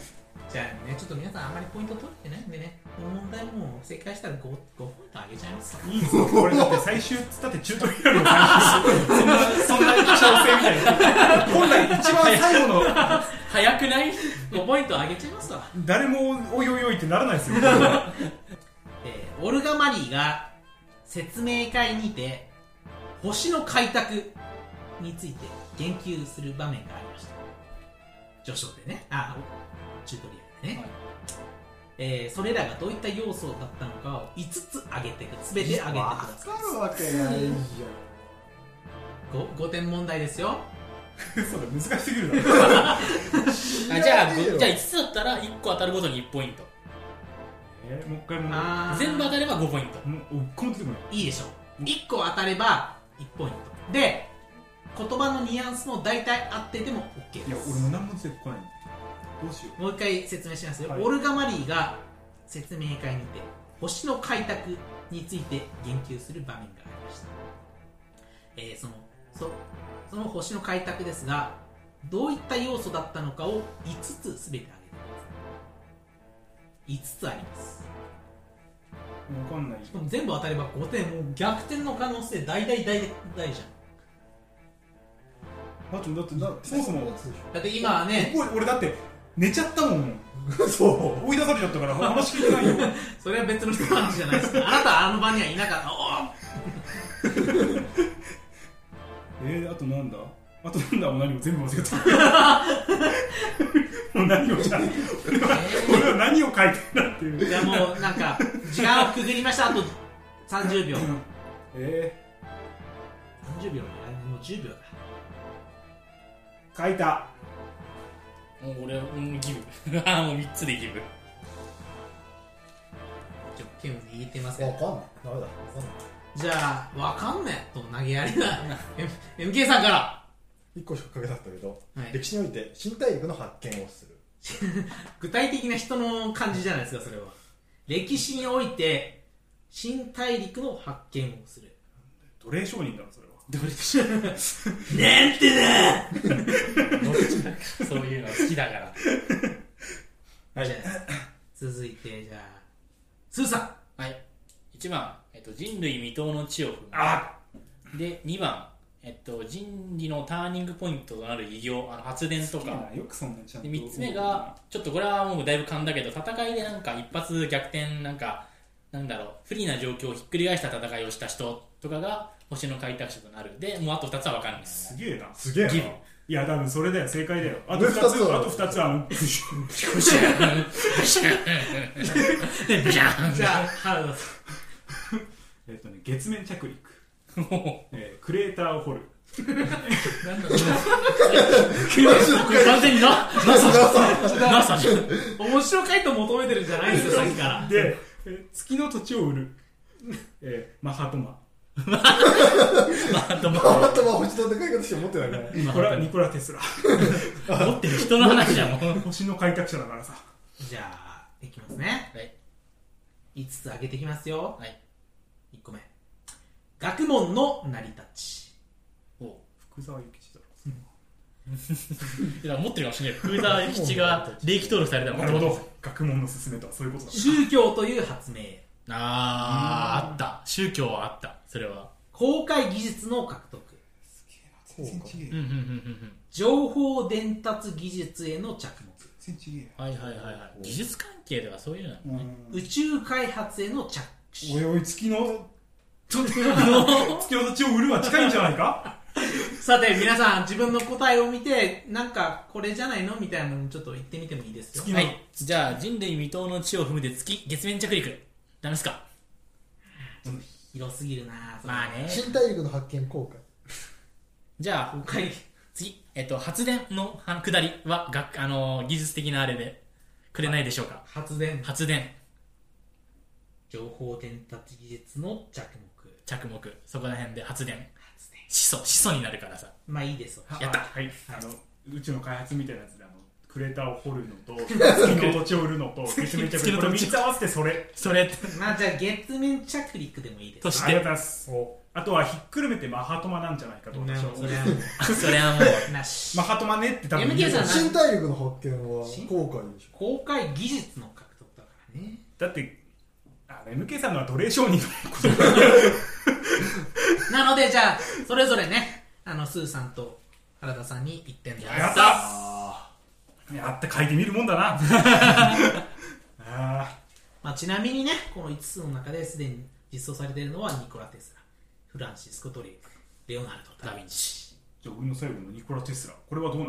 Speaker 3: じゃあねちょっと皆さんあまりポイント取れてないんでねこの問題もう正解したら 5, 5ポイントあげちゃい *laughs* ます
Speaker 1: いいんですよこれだって最終っつったってチュートリアルの最終そんなそんな調整みたいな本来一番最後の
Speaker 4: 早くない
Speaker 3: 5ポイントあげちゃいますわ
Speaker 1: 誰もおいおいおいってならない *laughs* ですよ
Speaker 3: えーオルガ・マリーが説明会にて星の開拓について言及する場面がありました序章でねあチュートリアルでね、
Speaker 4: はい
Speaker 3: えーそれらがどういった要素だったのかを5つ挙げてく全て挙げてくださ
Speaker 2: わかるわけないじ
Speaker 3: い 5, 5点問題ですよ
Speaker 1: そうだ難しすぎるだろ
Speaker 2: ゃん
Speaker 4: あじゃあ
Speaker 2: 知らねえよ
Speaker 4: ごじゃあ5つだったら1個当たるごとに1ポイント
Speaker 1: えーもう一回もう
Speaker 3: あー
Speaker 4: 全部当たれば5ポイント
Speaker 1: もう一個も出てこない
Speaker 3: いいでしょ1個当たれば1ポイントで言葉のニュアンスも大体合ってても OK です
Speaker 1: いや俺も何も出てこないんだどうしよ
Speaker 3: もう一回説明しますよ、
Speaker 1: はい
Speaker 3: オルガ・マリーが説明会にて星の開拓について言及する場面がありました、えーそのそその星の開拓ですがどういった要素だったのかを5つ全て挙げてます5つあります
Speaker 1: うわかんない
Speaker 3: しかも全部当たれば5点もう逆転の可能性大大大大じゃ
Speaker 1: あとだってだそもそも
Speaker 3: んだって今はね
Speaker 1: おい俺だって寝ちゃったもん
Speaker 2: そう
Speaker 1: 追い出されちゃったから話聞いてないよ *laughs*
Speaker 3: それは別の人の話じゃないですあなたはあの場にはいなかったおー
Speaker 1: えー、あとなんだあとなんだもう何も全部忘れた *laughs* もう何をじゃない俺は俺は何を書いてんだっていう
Speaker 3: じゃあもうなんか時間をくぐりましたあと30秒
Speaker 1: え
Speaker 3: 30秒もやらないもう10秒だ
Speaker 1: ー、書いた
Speaker 4: もう俺うんギブああもう3つでギブ
Speaker 3: ちょ剣を握ってませ
Speaker 2: わ
Speaker 3: ん
Speaker 2: かんないダメだわかんない
Speaker 3: じゃあわかんねえと投げやりだ *laughs* M- MK さんから
Speaker 2: 一個しかかけなかったけど、
Speaker 3: はい
Speaker 2: 歴史において身体力の発見をす
Speaker 4: *laughs*
Speaker 2: る
Speaker 3: 具体的な人の感じじゃないですかそれは歴史において新大陸の発見をする
Speaker 1: 奴隷商人だろそれは
Speaker 4: どれでしょう
Speaker 3: なんてな
Speaker 4: そういうの好きだから
Speaker 3: じゃあ続いてじゃあスーさん
Speaker 4: はい1番、えっと、人類未踏の地を踏む
Speaker 1: あ
Speaker 4: で2番、えっと、人類のターニングポイントとなる偉業あの発電と
Speaker 1: 好きだ
Speaker 4: か
Speaker 1: なよくそんなちゃんと
Speaker 4: で3つ目がちょっとこれはもうだいぶ勘だけど戦いでなんか一発逆転なんかなんだろう不利な状況をひっくり返した戦いをした人とかが星の開拓者となるでもうあと2つは分かんない
Speaker 1: すげえな
Speaker 2: すげえな
Speaker 4: ギブ
Speaker 1: いや多分それだよ正解だよあと2つ
Speaker 2: 二つは
Speaker 1: あと2つはあの
Speaker 4: ブシャンブシャ *laughs* ンブシャン
Speaker 3: じゃあ原田さ
Speaker 1: *laughs* えっとね月面着陸、
Speaker 4: も
Speaker 1: えークレーターを掘る
Speaker 4: うなんだろう完全にな NASA じゃん
Speaker 3: ん *laughs* 面白回答求めてるんじゃないですよさっきから
Speaker 1: で、えー月の土地を売る、えーマハトマ
Speaker 2: あとは星の戦い方しか持ってないから
Speaker 1: ニコラニコラ・テスラ
Speaker 4: 持ってる人の話じゃんもう
Speaker 1: 星の開拓者だからさ
Speaker 3: じゃあいきますね
Speaker 4: はい
Speaker 3: 5つ挙げてきますよ
Speaker 4: はい
Speaker 3: 1個目学問の成り立ち
Speaker 4: お
Speaker 1: 福沢諭吉だろ
Speaker 4: いや持ってるかもしれない福沢諭吉が霊気登録されたの
Speaker 1: なるほど学問の勧めとはそういうことだ
Speaker 3: 宗教という発明
Speaker 4: あーあった宗教はあったそれは
Speaker 3: 公開技術の獲得
Speaker 2: 全然ちげえ
Speaker 4: うんうんうんうんうん
Speaker 3: 情報伝達技術への着目
Speaker 2: 全然ちげえ
Speaker 4: はいはいはいはい技術関係とかそういう
Speaker 2: う
Speaker 4: のなのね
Speaker 2: ん
Speaker 3: 宇宙開発への着手
Speaker 2: おいおい月の
Speaker 1: 月の地を売るは近いんじゃないか
Speaker 3: さて皆さん自分の答えを見てなんかこれじゃないのみたいなのちょっと言ってみてもいいですよ
Speaker 1: 月の
Speaker 4: はいじゃあ人類未踏の地を踏むで月月面着陸ダメっすか
Speaker 3: 広すぎるなそれ
Speaker 4: まあね
Speaker 5: 新大陸の発見公開
Speaker 4: じゃあ
Speaker 3: 公開
Speaker 4: 次えっと発電のあ下りはがあのー技術的なあれでくれないでしょうか
Speaker 3: 発電
Speaker 4: 発電
Speaker 3: 情報伝達技術の着目
Speaker 4: 着目そこら辺で発電
Speaker 3: 発電
Speaker 4: 始祖始祖になるからさ
Speaker 3: まあいいですわ
Speaker 4: やった
Speaker 1: はいあの宇宙の開発みたいなやつであのクレーターを掘るのと月の土地を売るのと月面着
Speaker 4: 月
Speaker 1: 陸
Speaker 4: の
Speaker 1: こ
Speaker 4: 土地
Speaker 1: れ3つ合わせてそれ
Speaker 4: それって *laughs*
Speaker 3: まあじゃあ月面着陸でもいいです
Speaker 4: とし
Speaker 1: ありがとうござ
Speaker 4: て
Speaker 1: いますあとはひっくるめてマハトマなんじゃないかと
Speaker 3: な
Speaker 1: 私
Speaker 3: る
Speaker 1: は
Speaker 3: ほ
Speaker 1: 思う
Speaker 3: どそれは
Speaker 4: それはもう
Speaker 3: な
Speaker 1: *laughs*
Speaker 3: し
Speaker 1: マハトマねって多分
Speaker 3: MK さん
Speaker 5: 新大陸の発見は
Speaker 3: 新
Speaker 5: 公開でしょ
Speaker 3: 公開技術の獲得だからね
Speaker 1: だってあ MK さんのは奴隷商人のことだ
Speaker 3: なのでじゃあそれぞれねあのスーさんと原田さんに1点で
Speaker 1: やったやった書いてみるもんだな *laughs* あ
Speaker 3: まあ、ちなみにねこの5つの中ですでに実装されているのはニコラ・テスラフランシスコ・トリュフレオナルド・ダ・ヴィンチ
Speaker 1: ーじゃあ俺の最後のニコラ・テスラこれはどうな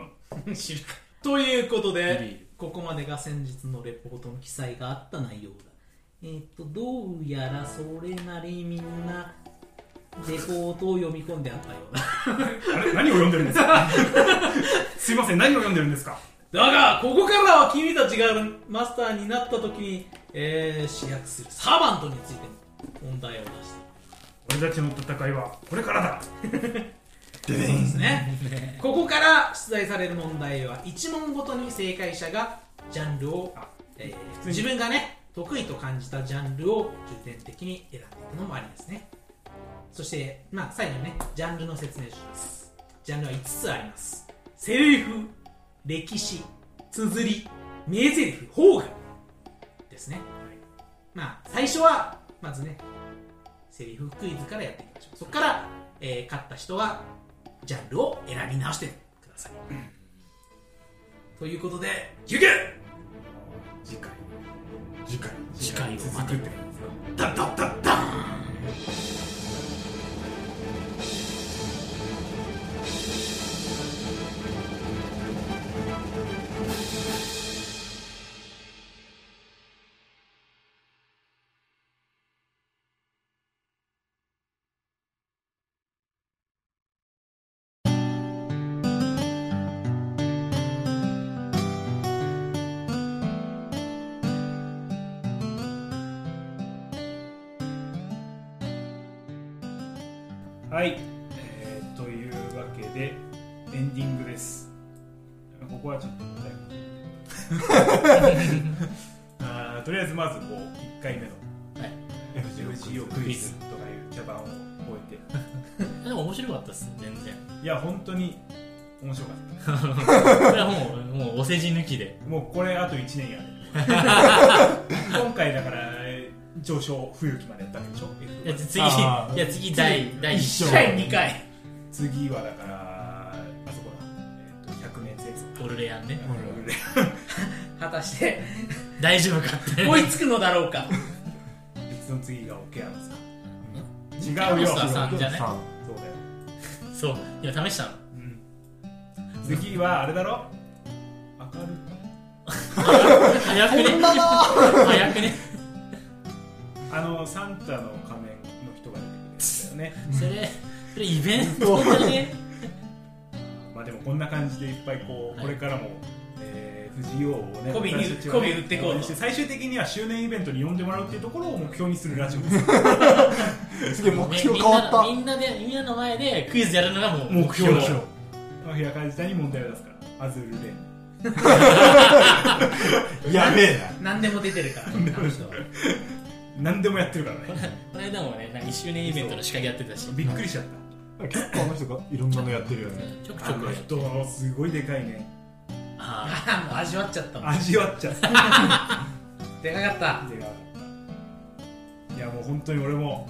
Speaker 1: の
Speaker 3: 知るか *laughs* ということ
Speaker 4: ビビ
Speaker 3: でここまでが先日のレポートの記載があった内容だえーっとどうやらそれなりみんなレポートを読み込んであったようだ
Speaker 1: あれ何を読んでるんですか *laughs* すいません何を読んでるんですか
Speaker 3: だがここからは君たちがマスターになった時に、えー、主役するサーバントについての問題を出して
Speaker 1: 俺たちの戦いはこれからだ
Speaker 3: そうですねここから出題される問題は1問ごとに正解者がジャンルを
Speaker 1: あ、
Speaker 3: えー
Speaker 1: 通に
Speaker 3: 自分がね得意と感じたジャンルを重点的に選んでいくのもありですねそして、まあ、最後にねジャンルの説明をしますジャンルは5つありますセリフ歴史綴り名台詞方眼ですね、まあ最初はまずねセリフクイズからやっていきましょうそこから、えー勝った人はジャンルを選び直してくださいということで休憩
Speaker 1: 次回
Speaker 2: 次回
Speaker 4: 次回を待
Speaker 1: 続くって
Speaker 4: て
Speaker 1: ことですよ
Speaker 3: ダッダッダッダ
Speaker 1: はい、えーというわけでエンディングですここはちょっと答え *laughs* あーとりあえずまずもう1回目の
Speaker 4: はい
Speaker 1: FGO クイズとかいう茶番を終えて
Speaker 4: でも面白かったっす全然
Speaker 1: いや本当に面白かっ
Speaker 4: これはもうもうお世辞抜きで
Speaker 1: たもうこれあと1年や *laughs* る今回だから上昇冬季までやったわけでしょ
Speaker 4: いや
Speaker 1: F
Speaker 4: 次い
Speaker 2: あー
Speaker 4: や次第第
Speaker 2: 一
Speaker 4: 1
Speaker 2: 章
Speaker 4: 回2回
Speaker 1: 次はだからあそこだ、えー、と100年戦争
Speaker 4: オルレアンね
Speaker 3: 果たして
Speaker 4: 大丈夫かって
Speaker 3: 追いつくのだろうか
Speaker 1: 別の次がオケアノスか違
Speaker 4: 違う
Speaker 1: う
Speaker 4: よ
Speaker 1: よ
Speaker 4: さんじゃね
Speaker 2: さん
Speaker 1: そうだよ、
Speaker 4: そう今試したの
Speaker 1: うん、次はあれだろ明る
Speaker 4: 早くね早くね
Speaker 1: あのサンタの仮面の人が出てくるんだよね
Speaker 4: それそれイベントだね
Speaker 1: まあでもこんな感じでいっぱいこう
Speaker 4: はい
Speaker 1: これからも、えー藤井王をね
Speaker 3: 媚びに
Speaker 1: 私たちはね
Speaker 3: 媚び売ってこうと
Speaker 1: 応援して最終的には周年イベントに呼んでもらうっていうところを目標にするラジオです
Speaker 2: すげえ目標変わった
Speaker 4: みんなでみんなの前でクイズやるのがもう
Speaker 1: 目
Speaker 4: 目
Speaker 1: 標
Speaker 4: 標
Speaker 1: マフィアカジタに問題を出すからアズールレン
Speaker 2: やべえな
Speaker 3: 何でも出てるからあの人は *laughs*
Speaker 1: 何でもやってるからね
Speaker 4: この間もねなんか1周年イベントの仕掛けやってたし
Speaker 1: びっくりしちゃっ
Speaker 2: 結構あの人がいろんなのやってるよね
Speaker 4: ちょく *laughs*
Speaker 1: た
Speaker 4: ち
Speaker 1: あ
Speaker 4: ょく
Speaker 1: の人すごいでかいね
Speaker 4: あ
Speaker 3: ああもう味わっちゃったもん
Speaker 1: 味わっちゃった
Speaker 3: でかかった
Speaker 1: でかかったいやもう本当に俺も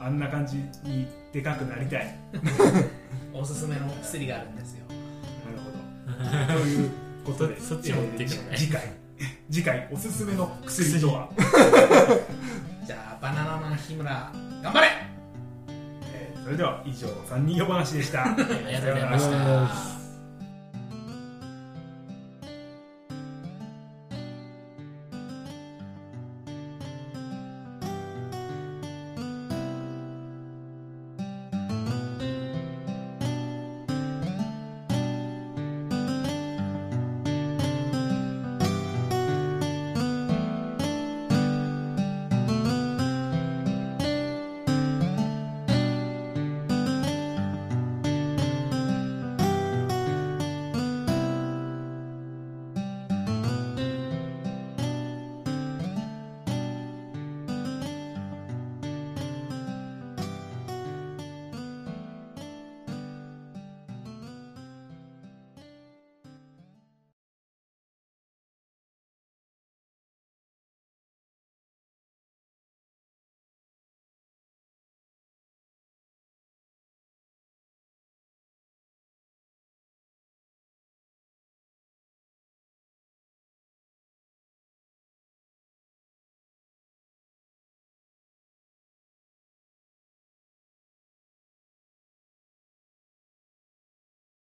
Speaker 1: あんな感じにでかくなりたい
Speaker 3: おすすめの薬があるんですよ
Speaker 1: なるほどということで
Speaker 4: *laughs* そそっち持っていくのね
Speaker 1: えー次回 *laughs* 次回おすすめの薬とは、
Speaker 3: じゃあバナナマン日村頑張れ
Speaker 1: えーそれでは以上3人呼ばなしでしたあり
Speaker 4: *laughs* ありがと
Speaker 2: あり
Speaker 4: うございまし
Speaker 2: がとうございま
Speaker 4: た。